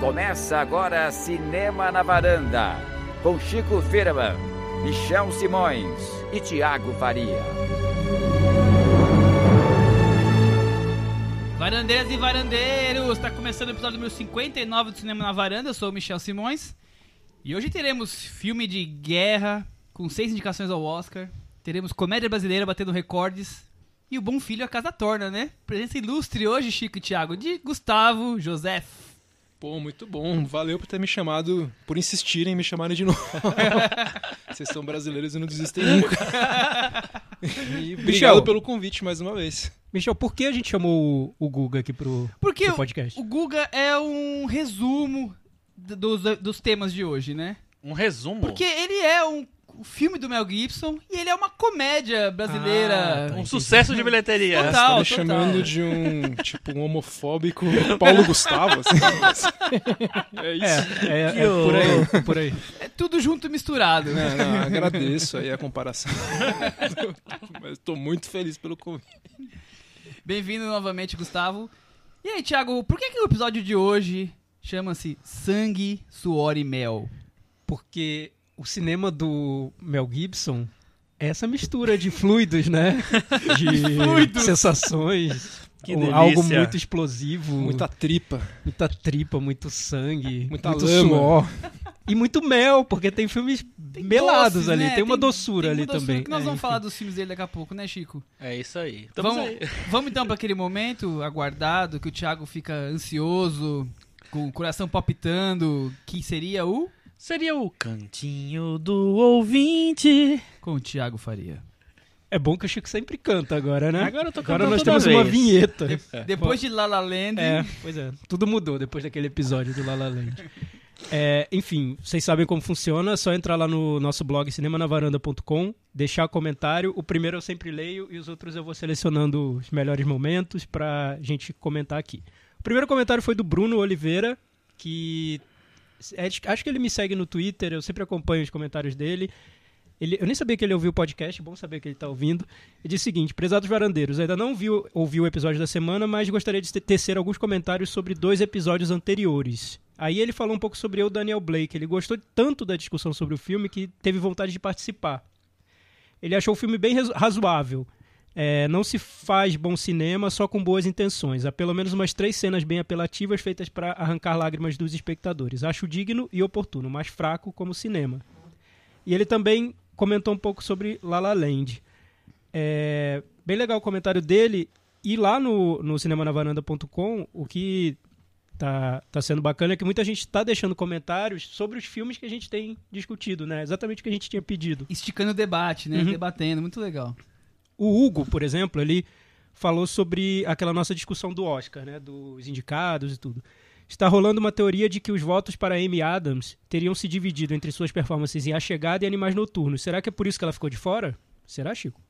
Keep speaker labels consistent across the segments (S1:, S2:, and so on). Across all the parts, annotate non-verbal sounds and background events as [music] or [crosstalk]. S1: Começa agora Cinema na Varanda, com Chico Firman, Michel Simões e Tiago Faria.
S2: Varandeiras e varandeiros, está começando o episódio número 59 do Cinema na Varanda, eu sou o Michel Simões. E hoje teremos filme de guerra, com seis indicações ao Oscar. Teremos comédia brasileira batendo recordes. E o Bom Filho a Casa Torna, né? Presença ilustre hoje, Chico e Thiago, de Gustavo José.
S3: Pô, muito bom. Valeu por ter me chamado, por insistirem em me chamarem [laughs] de novo. Vocês são brasileiros e não desistem nunca. E obrigado
S4: Michel.
S3: pelo convite mais uma vez.
S4: Michel, por que a gente chamou o, o Guga aqui pro,
S2: Porque
S4: pro
S2: o,
S4: podcast?
S2: o Guga é um resumo d- dos, dos temas de hoje, né?
S5: Um resumo.
S2: Porque ele é um, o filme do Mel Gibson e ele é uma comédia brasileira.
S5: Um sucesso de bilheteria.
S2: Total.
S3: Tá
S2: total.
S3: me chamando de um, tipo, um homofóbico Paulo Gustavo, assim. É isso.
S4: É, é por aí, por aí.
S2: É tudo junto e misturado. né?
S3: [laughs] Não, não, agradeço aí a comparação. Mas tô muito feliz pelo convite.
S2: Bem-vindo novamente, Gustavo. E aí, Thiago, por que, que o episódio de hoje chama-se Sangue, Suor e Mel?
S4: Porque o cinema do Mel Gibson é essa mistura de fluidos, né? De sensações.
S5: Que
S4: um-
S5: delícia.
S4: algo muito explosivo,
S3: Muita
S4: muita,
S3: tripa,
S4: tripa, muito sangue,
S3: muita
S4: muito
S3: lama.
S4: suor e muito mel, porque tem filmes melados
S2: Doces,
S4: ali,
S2: né?
S4: tem uma doçura
S2: tem uma
S4: ali
S2: doçura
S4: também.
S2: Que nós
S4: É,
S2: vamos
S4: enfim.
S2: falar dos filmes dele daqui a pouco, né, Chico?
S5: É isso aí. Tamo
S2: Vamos,
S5: aí.
S2: vamos então para aquele momento aguardado que o Thiago fica ansioso, com o coração palpitando, que seria o
S5: [laughs] Seria o cantinho do ouvinte.
S2: com o Thiago Faria.
S4: É bom que o Chico sempre canta agora, né?
S5: Agora eu tô
S4: Agora
S5: cantando
S4: nós
S5: toda
S4: temos uma
S5: vez.
S4: vinheta.
S2: Depois de La La Land,
S4: É, pois é. Tudo mudou depois daquele episódio do La La Land. É, enfim, vocês sabem como funciona, é só entrar lá no nosso blog cinemanavaranda.com, deixar comentário. O primeiro eu sempre leio e os outros eu vou selecionando os melhores momentos pra gente comentar aqui. O primeiro comentário foi do Bruno Oliveira, que é de- acho que ele me segue no Twitter, eu sempre acompanho os comentários dele. Ele- eu nem sabia que ele ouviu o podcast, bom saber que ele está ouvindo. Ele diz o seguinte: Prezados varandeiros, ainda não viu, ouviu o episódio da semana, mas gostaria de te- tecer alguns comentários sobre dois episódios anteriores. Aí ele falou um pouco sobre eu, Daniel Blake. Ele gostou tanto da discussão sobre o filme que teve vontade de participar. Ele achou o filme bem razo- razoável. É, não se faz bom cinema só com boas intenções. Há pelo menos umas três cenas bem apelativas feitas para arrancar lágrimas dos espectadores. Acho digno e oportuno, mas fraco como cinema. E ele também comentou um pouco sobre La La Land. É, bem legal o comentário dele. E lá no, no cinemanavaranda.com, o que tá, tá sendo bacana é que muita gente está deixando comentários sobre os filmes que a gente tem discutido, né? Exatamente o que a gente tinha pedido.
S2: esticando o debate,
S4: Uhum.
S2: né? Debatendo, muito legal.
S4: O Hugo, por exemplo, ele falou sobre aquela nossa discussão do Oscar, né? Dos indicados e tudo. Está rolando uma teoria de que os votos para Amy Adams teriam se dividido entre suas performances em A Chegada e Animais Noturnos. Será que é por isso que ela ficou de fora? Será, Chico?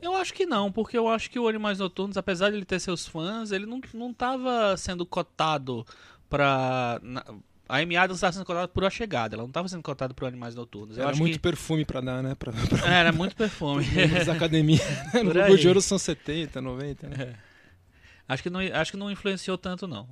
S5: Eu acho que não, porque eu acho que o Animais Noturnos, apesar de ele ter seus fãs, ele não, não tava sendo cotado pra. na- a Amy Adams tava sendo cotada por A Chegada, ela não tava sendo cotada por Animais Noturnos. Eu
S3: Era
S5: acho
S3: muito
S5: que.
S3: perfume pra dar, né? Pra,
S5: [laughs]
S3: pra
S5: Era
S4: [laughs]
S5: muito perfume.
S3: membros da academia. No
S5: Por
S3: Google
S5: aí.
S3: de Ouro são 70, 90, né?
S5: acho, que não, acho que não influenciou tanto, não.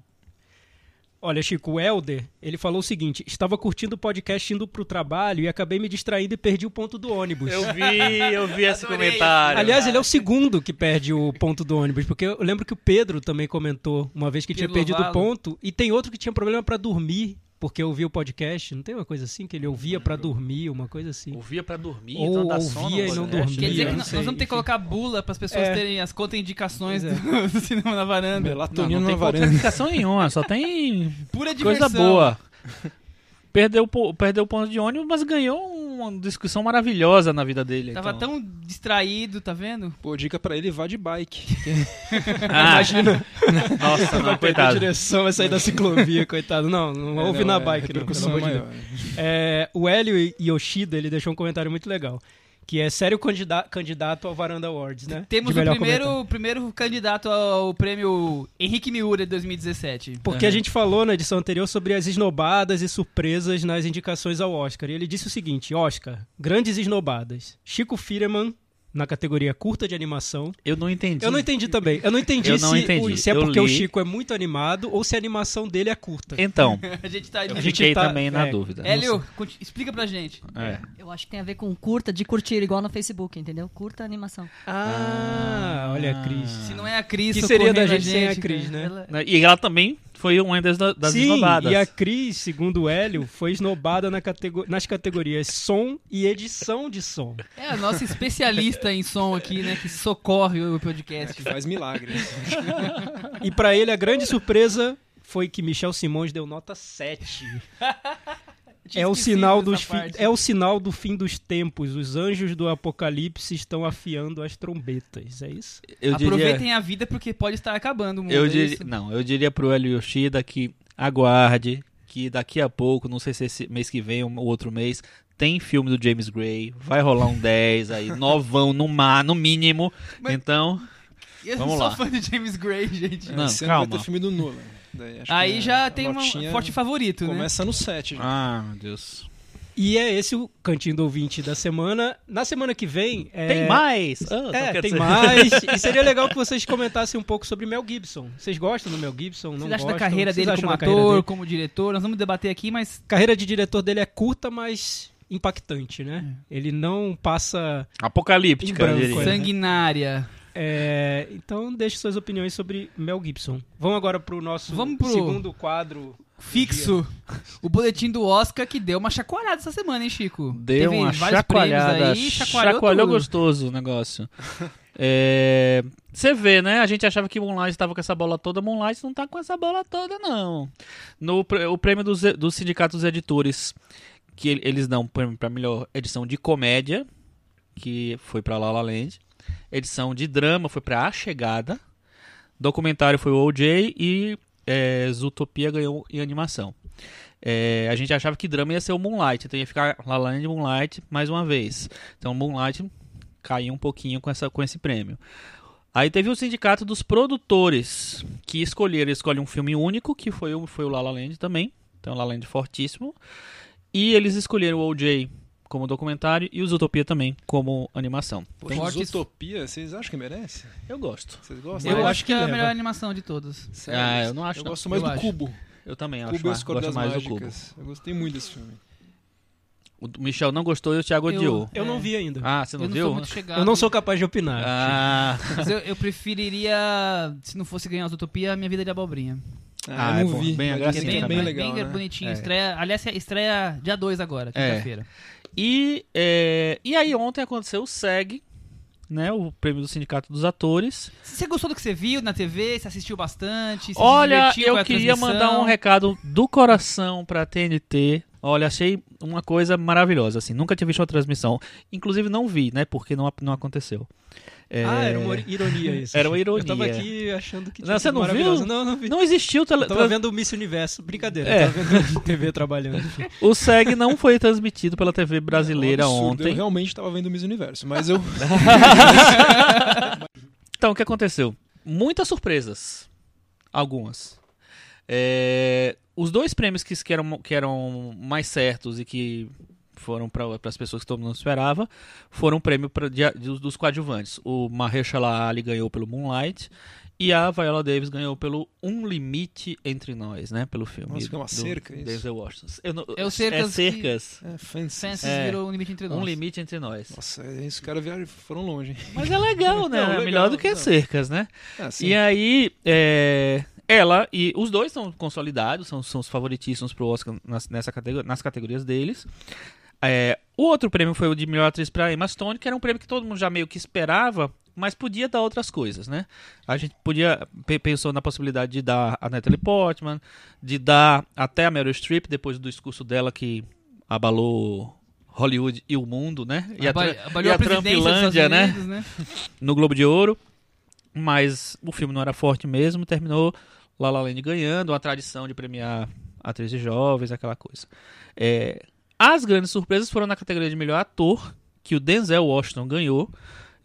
S4: Olha, Chico, o Helder, ele falou o seguinte: estava curtindo o podcast indo pro trabalho e acabei me distraindo e perdi o ponto do ônibus.
S5: vi, eu vi esse
S2: Adorei.
S5: comentário.
S4: Aliás, ele é o segundo que perde o ponto do ônibus, porque eu lembro que o Pedro também comentou uma vez que
S2: Pedro
S4: tinha perdido o
S2: Lovato.
S4: ponto e tem outro que tinha problema pra dormir, porque ouvia o podcast, não tem uma coisa assim que ele ouvia pra dormir, uma coisa assim.
S5: Ouvia pra dormir,
S4: Ou
S5: então dá
S4: ouvia
S5: sono.
S4: e não
S5: podcast.
S4: dormia.
S2: Quer dizer que
S4: não
S2: nós,
S4: sei,
S2: nós vamos ter que
S4: enfim.
S2: colocar bula para as pessoas
S4: É.
S2: terem as contraindicações
S4: Pois é.
S2: do, do cinema na varanda.
S3: Melatonina
S5: não
S3: na
S5: tem
S3: varanda.
S5: contraindicação nenhuma, só
S4: [laughs]
S5: tem
S2: Pura
S5: coisa
S2: diversão.
S5: boa. Perdeu, po- perdeu o ponto de ônibus, mas ganhou uma discussão maravilhosa na vida dele.
S2: Tava
S5: então.
S2: tão distraído, tá vendo?
S3: Pô, dica pra ele, vá de bike.
S5: [laughs] Ah, Imagina. [laughs] Nossa, não,
S4: A
S5: coitado.
S4: direção vai sair da ciclovia, [laughs] coitado. Não, não ouve na
S3: é,
S4: bike,
S3: a
S4: não. Pelo
S3: repercussão
S4: amor de Deus.
S3: maior.
S4: É, o Hélio Yoshida, ele deixou um comentário muito legal. Que é sério candida- candidato ao Varanda Awards, né?
S2: Temos
S4: De
S2: o
S4: melhor
S2: primeiro,
S4: comentário.
S2: primeiro candidato ao prêmio Henrique Miura de 2017.
S4: Porque a gente falou na edição anterior sobre as esnobadas e surpresas nas indicações ao Oscar. E ele disse o seguinte: Oscar, grandes esnobadas. Chico Firman na categoria curta de animação.
S5: Eu não entendi.
S4: Eu não entendi também. Eu não entendi,
S5: Eu não
S4: se,
S5: entendi.
S4: o- se é
S5: Eu
S4: porque o
S5: li.
S4: Chico é muito animado ou se a animação dele é curta. [laughs]
S2: [laughs]
S5: Então,
S2: A gente tá...
S5: eu
S4: gente
S5: fiquei
S4: tá-
S5: também na
S4: é,
S5: dúvida.
S2: Hélio, conti- explica pra gente.
S5: É.
S6: Eu acho que tem a ver com curta, de curtir, igual no Facebook, entendeu? Curta a animação.
S4: Ah, olha a Cris.
S2: Se não é a Cris,
S4: Que seria da
S2: socorrendo a
S4: gente sem a
S2: gente,
S4: Cris,
S2: cara.
S4: né?
S2: Ela-
S5: E ela também foi uma das, das
S4: Sim,
S5: esnobadas.
S4: e a Cris, segundo o Hélio, foi esnobada na catego- nas categorias som e edição de som.
S2: É a nossa especialista em som aqui, né? Que socorre o podcast.
S3: Que
S4: É
S3: faz milagres.
S4: E pra ele, a grande surpresa foi que Michel Simões deu nota 7. É o, sinal dos fi- é o sinal do fim dos tempos. Os anjos do apocalipse estão afiando as trombetas. É isso?
S5: Eu
S2: Aproveitem
S5: diria,
S2: a vida porque pode estar acabando o mundo.
S5: eu
S2: é
S5: diria,
S2: isso?
S5: não, eu diria pro Hélio Yoshida que aguarde, que daqui a pouco, não sei se esse mês que vem ou um outro mês, tem filme do James Gray, vai rolar um [laughs] 10 aí, novão no mar, no mínimo.
S2: Mas-
S5: Então,
S2: Eu
S5: Vamos
S2: não sou
S5: lá.
S2: fã de James Gray, gente.
S5: Não,
S3: Esse ano
S5: calma.
S3: Vai ter filme do Nolan. Daí acho que
S2: Aí
S3: a-
S2: já
S3: a
S2: tem um
S3: notinha
S2: forte favorito, né?
S3: Começa no 7 já.
S5: ah, meu Deus.
S4: E é esse o Cantinho do Ouvinte da semana. Na semana que vem. é-
S5: Tem mais. Ah, não
S4: É,
S5: quer
S4: tem
S2: [laughs]
S5: dizer-
S4: mais. E seria legal que vocês comentassem um pouco sobre Mel Gibson. Vocês gostam do Mel Gibson? Não
S2: Vocês acham da
S4: gostam?
S2: carreira
S4: Vocês
S2: dele
S4: acham
S2: como
S4: da carreira
S2: ator,
S4: dele?
S2: como diretor? Nós vamos debater aqui, mas
S4: Carreira de diretor dele é curta, mas impactante, né?
S2: É.
S4: Ele não passa.
S5: [laughs] Apocalíptica,
S4: Em branco,
S5: eu diria.
S4: É.
S2: sanguinária.
S4: é, Então, deixe suas opiniões sobre Mel Gibson. Vamos agora pro nosso
S2: Vamos pro-
S4: segundo quadro.
S2: Fixo. O boletim do Oscar que deu uma chacoalhada essa semana, hein, Chico?
S5: Deu
S2: Teve
S5: uma
S2: vários prêmios
S5: chacoalhada.
S2: Aí, chacoalhou tudo.
S5: gostoso o negócio. É, Você vê, né? A gente achava que Moonlight estava com essa bola toda. Moonlight não tá com essa bola toda, não. No, pr- o prêmio dos, dos sindicatos editores, que ele- eles dão prêmio pra melhor edição de comédia, que foi pra La La Land. Edição de drama foi pra A Chegada. Documentário foi o OJ e é, Zootopia ganhou em animação. É, a gente achava que drama ia ser o Moonlight, então ia ficar La La Land e Moonlight mais uma vez. Então Moonlight caiu um pouquinho com, essa, com esse prêmio. Aí teve o sindicato dos produtores que escolheram, escolhe um filme único, que foi o, foi o La La Land também. Então La La Land fortíssimo. E eles escolheram o OJ como documentário e o Zootopia também como animação.
S3: Tem
S2: Fortes-
S3: Utopia, vocês acham que merece?
S5: Eu gosto.
S3: Vocês gostam?
S2: Eu
S4: Mas-
S2: acho que é a
S4: leva.
S2: melhor animação de todas.
S3: Sério?
S5: Ah, eu não acho,
S3: Eu
S5: não.
S3: gosto mais
S2: Eu
S3: do
S2: acho.
S3: Cubo.
S5: Eu também acho.
S2: é
S3: Cubo e
S5: mais,
S3: as Cordas
S5: gosto mais do Cubo.
S3: Mágicas. Eu gostei muito desse filme.
S5: O Michel não gostou e o Thiago
S2: Eu-
S5: odiou.
S4: Eu não
S2: É.
S4: vi ainda.
S5: Ah, você não
S2: eu não
S5: viu?
S2: sou muito chegado.
S4: Eu não sou capaz de opinar.
S5: Ah,
S2: Mas eu, eu preferiria, se não fosse ganhar a Utopia, minha vida de abobrinha.
S5: Ah,
S3: eu
S5: é
S3: não
S5: bom,
S3: vi.
S5: bem
S3: mas
S2: Que
S5: agressivo
S2: é
S3: dizem que
S5: Sim,
S2: bem,
S3: é
S5: também.
S3: bem
S2: bem,
S3: legal, né?
S2: bonitinho.
S5: É.
S2: Estreia, aliás, estreia dia 2 agora, quinta-feira.
S5: E, é, e aí ontem aconteceu o SEG, né? O prêmio do Sindicato dos Atores.
S2: Você gostou do que você viu na TV? Você assistiu bastante? Você
S5: Olha,
S2: se divertiu com
S5: eu
S2: a
S5: queria
S2: transmissão?
S5: mandar um recado do coração pra TNT. Olha, achei uma coisa maravilhosa, assim. Nunca tinha visto uma transmissão. Inclusive não vi, né? Porque não, não aconteceu. É,
S4: Ah, era uma ironia isso.
S5: Era uma
S4: Chico. Eu
S5: ironia.
S4: tava aqui achando que
S5: Não,
S4: tinha
S5: você
S4: sido
S5: não viu?
S4: maravilhosa. Não, não vi.
S5: Não existiu tele...
S4: Eu tava
S5: trans-
S4: vendo o Miss Universo. Brincadeira.
S5: É.
S4: Eu tava vendo TV trabalhando.
S5: [laughs] O SEG não foi transmitido pela TV brasileira
S3: É um absurdo, Eu
S5: ontem.
S3: realmente tava vendo o Miss Universo, mas
S2: [laughs]
S3: eu...
S5: Então, o que aconteceu? Muitas surpresas. Algumas. É, os dois prêmios que, que eram, que eram mais certos e que foram para as pessoas que todo mundo esperava foram o prêmio pra- de- dos, dos coadjuvantes. O Mahershala Ali ganhou pelo Moonlight e a Viola Davis ganhou pelo Um Limite Entre Nós, né? Pelo filme.
S3: Nossa, que é uma
S5: do
S3: cerca, isso.
S5: Denzel Washington. Eu não-
S2: É o Cercas
S5: é cercas.
S3: É, Francis.
S2: Fences
S5: É.
S2: virou um limite entre nós.
S5: Um Limite Entre Nós.
S3: Nossa, esses caras vieram- foram longe, hein?
S5: Mas é legal, né?
S3: [laughs] Não,
S5: é
S3: legal,
S5: melhor do que
S3: não.
S5: cercas, né?
S3: Ah, sim.
S5: E aí, é, ela e os dois são consolidados, são, são os favoritíssimos pro Oscar nas, nessa catego- nas categorias deles. É, o outro prêmio foi o de melhor atriz pra Emma Stone, que era um prêmio que todo mundo já meio que esperava, mas podia dar outras coisas, né? A gente podia pe- pensou na possibilidade de dar a Natalie Portman, de dar até a Meryl Streep depois do discurso dela que abalou Hollywood e o mundo, né? E a,
S2: Aba-
S5: tra-
S2: abalhou
S5: e
S2: a presidência dos Estados
S5: Trumpilândia, né?
S2: Unidos, né?
S5: no Globo de Ouro, mas o filme não era forte mesmo, terminou La La Land ganhando, uma tradição de premiar atrizes jovens, aquela coisa. É, as grandes surpresas foram na categoria de melhor ator, que o Denzel Washington ganhou,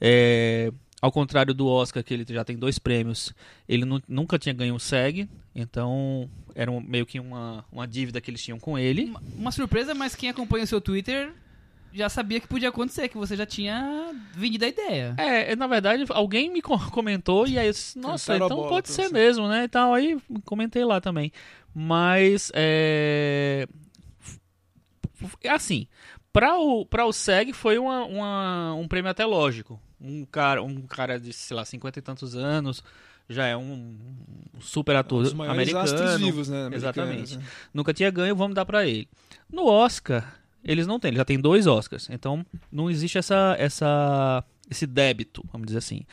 S5: é, ao contrário do Oscar, que ele já tem dois prêmios, ele nu- nunca tinha ganho um SEG, então era um- meio que uma, uma dívida que eles tinham com ele.
S2: Uma, uma surpresa, mas quem acompanha o seu Twitter já sabia que podia acontecer, que você já tinha vendido a ideia.
S5: É, na verdade, alguém me co- comentou e aí eu disse, nossa,
S3: Cantaram a
S5: então
S3: bola
S5: pode
S3: pra
S5: ser
S3: você.
S5: mesmo, né? Então aí comentei lá também. Mas é f- f- assim, para o para o SEG foi uma, uma- um prêmio até lógico. Um cara, um cara de, sei lá, cinquenta e tantos anos, já é um um super ator
S3: Os É maiores astros
S5: americano.
S3: vivos, né? americanos,
S5: Exatamente.
S3: né?
S5: Nunca tinha ganho, vamos dar pra ele. No Oscar, eles não têm, ele já tem dois Oscars. Então, não existe essa, essa, esse débito, vamos dizer assim.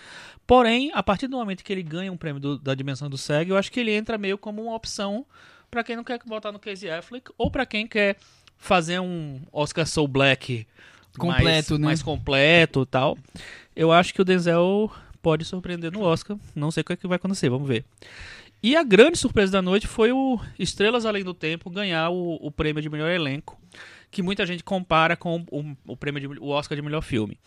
S5: Porém, a partir do momento que ele ganha um prêmio do- da dimensão do SEG, eu acho que ele entra meio como uma opção pra quem não quer votar no Casey Affleck ou pra quem quer fazer um Oscar Soul Black
S2: Completo,
S5: mais,
S2: né?
S5: mais completo e tal. Eu acho que o Denzel pode surpreender no Oscar. Não sei o que, é que vai acontecer, vamos ver. E a grande surpresa da noite foi o Estrelas Além do Tempo ganhar o, o prêmio de melhor elenco, que muita gente compara com o, o prêmio de, o Oscar de melhor filme.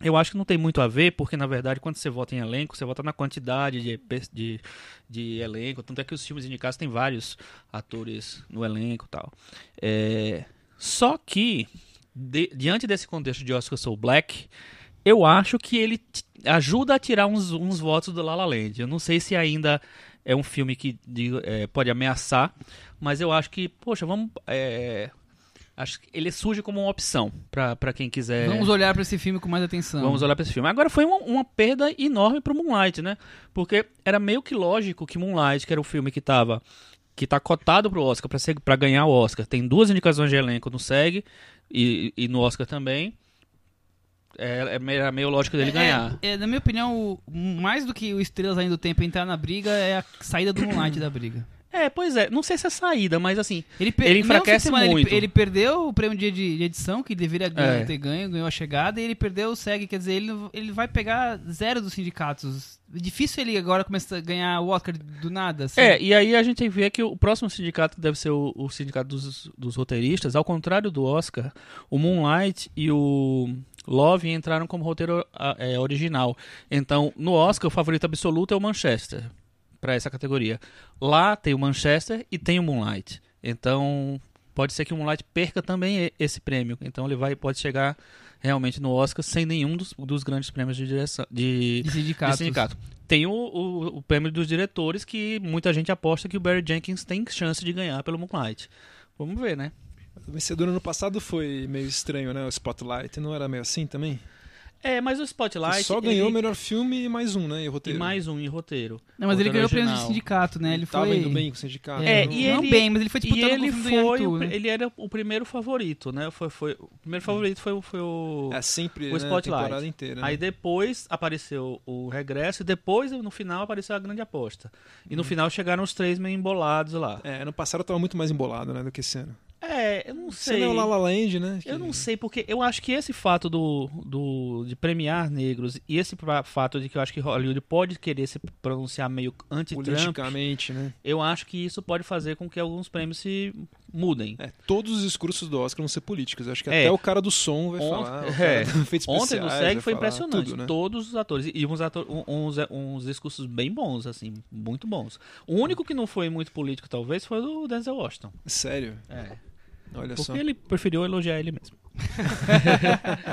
S5: Eu acho que não tem muito a ver, porque na verdade, quando você vota em elenco, você vota na quantidade de, pe- de, de elenco. Tanto é que os filmes indicados têm vários atores no elenco e tal. É, Só que, de- diante desse contexto de Oscar Soul Black, eu acho que ele t- ajuda a tirar uns, uns votos do La La Land. Eu não sei se ainda é um filme que digo, é, pode ameaçar, mas eu acho que, poxa, vamos. é, acho que ele surge como uma opção para quem quiser.
S2: Vamos olhar pra esse filme com mais atenção.
S5: É. Vamos olhar pra esse filme. Agora foi uma, uma perda enorme pro Moonlight, né? Porque era meio que lógico que Moonlight, que era o filme que tava que tá cotado pro Oscar pra ser para ganhar o Oscar, tem duas indicações de elenco no SEG e, e no Oscar também. É, é meio- era meio lógico dele ganhar.
S2: É, é, na minha opinião, o- mais do que o Estrelas ainda do tempo entrar na briga, é a saída do Moonlight da briga.
S5: É. pois é. Não sei se é saída, mas assim,
S2: Ele, per- no mesmo fim
S5: Ele
S2: de
S5: enfraquece
S2: semana, ele-
S5: muito.
S2: Ele, perdeu o prêmio de, edi- de edição, que deveria ganhar-
S5: É.
S2: ter ganho, ganhou a chegada, e ele perdeu o SEG. Quer dizer, ele, ele vai pegar zero dos sindicatos. Difícil ele agora começar a ganhar o Oscar do nada. assim.
S5: É, e aí a gente vê que o próximo sindicato que deve ser o, o sindicato dos, dos roteiristas, ao contrário do Oscar, o Moonlight e o Love entraram como roteiro ah, é, original. Então, no Oscar, o favorito absoluto é o Manchester, para essa categoria. Lá tem o Manchester e tem o Moonlight. Então, pode ser que o Moonlight perca também e- esse prêmio. Então, ele vai pode chegar realmente no Oscar sem nenhum dos, dos grandes prêmios de direção.
S2: De
S5: de- de
S2: sindicatos.
S5: sindicato. Tem o, o, o prêmio dos diretores que muita gente aposta que o Barry Jenkins tem chance de ganhar pelo Moonlight. Vamos ver, né?
S3: O vencedor ano passado foi meio estranho, né? O Spotlight não era meio assim também?
S5: É, mas o Spotlight
S3: Só ganhou o
S5: ele...
S3: melhor filme e mais um, né? E o
S5: e
S3: roteiro.
S5: mais um em roteiro.
S2: Não, mas ele
S5: Roteiro
S2: ganhou o prêmio de
S5: original.
S2: sindicato, né? Ele
S3: Tava
S2: foi.
S3: indo bem com o sindicato. né?
S2: É,
S5: É,
S3: não-
S5: e
S2: não
S5: ele-
S2: bem, mas ele foi
S5: E
S2: disputando com
S5: ele
S2: o filme
S5: foi,
S2: do Ian
S5: o,
S2: Arthur, né?
S5: ele era o primeiro favorito, né? Foi, foi o primeiro favorito foi, o- foi o
S3: É sempre
S5: o
S3: né,
S5: Spotlight.
S3: a temporada inteira. né?
S5: Aí depois apareceu o regresso e depois no final apareceu a grande aposta. E no final chegaram os três meio embolados lá.
S3: Uhum. É, ano passado tava muito mais embolado, né, do que esse ano.
S5: É, eu não
S3: Esse
S5: sei.
S3: ano é o La La Land, né? que-
S5: Eu não sei, porque eu acho que esse fato do, do de premiar negros e esse pra- fato de que eu acho que Hollywood pode querer se pronunciar meio anti-Trump,
S3: Politicamente, né?
S5: eu acho que isso pode fazer com que alguns prêmios se mudem.
S3: É, todos os discursos do Oscar vão ser políticos. Acho que
S5: É.
S3: até o cara do som vai
S5: Ont-
S3: falar. o cara
S5: é.
S3: do efeitos
S5: Ontem no
S3: especiais
S5: SEG
S3: vai
S5: foi
S3: falar,
S5: impressionante.
S3: Tudo, né?
S5: Todos os atores. E uns, ator, um- uns, uns discursos bem bons, assim, muito bons. O único que não foi muito político, talvez, foi o Denzel Washington.
S3: Sério?
S5: É.
S3: Olha
S5: Porque
S3: só.
S5: ele preferiu elogiar ele mesmo.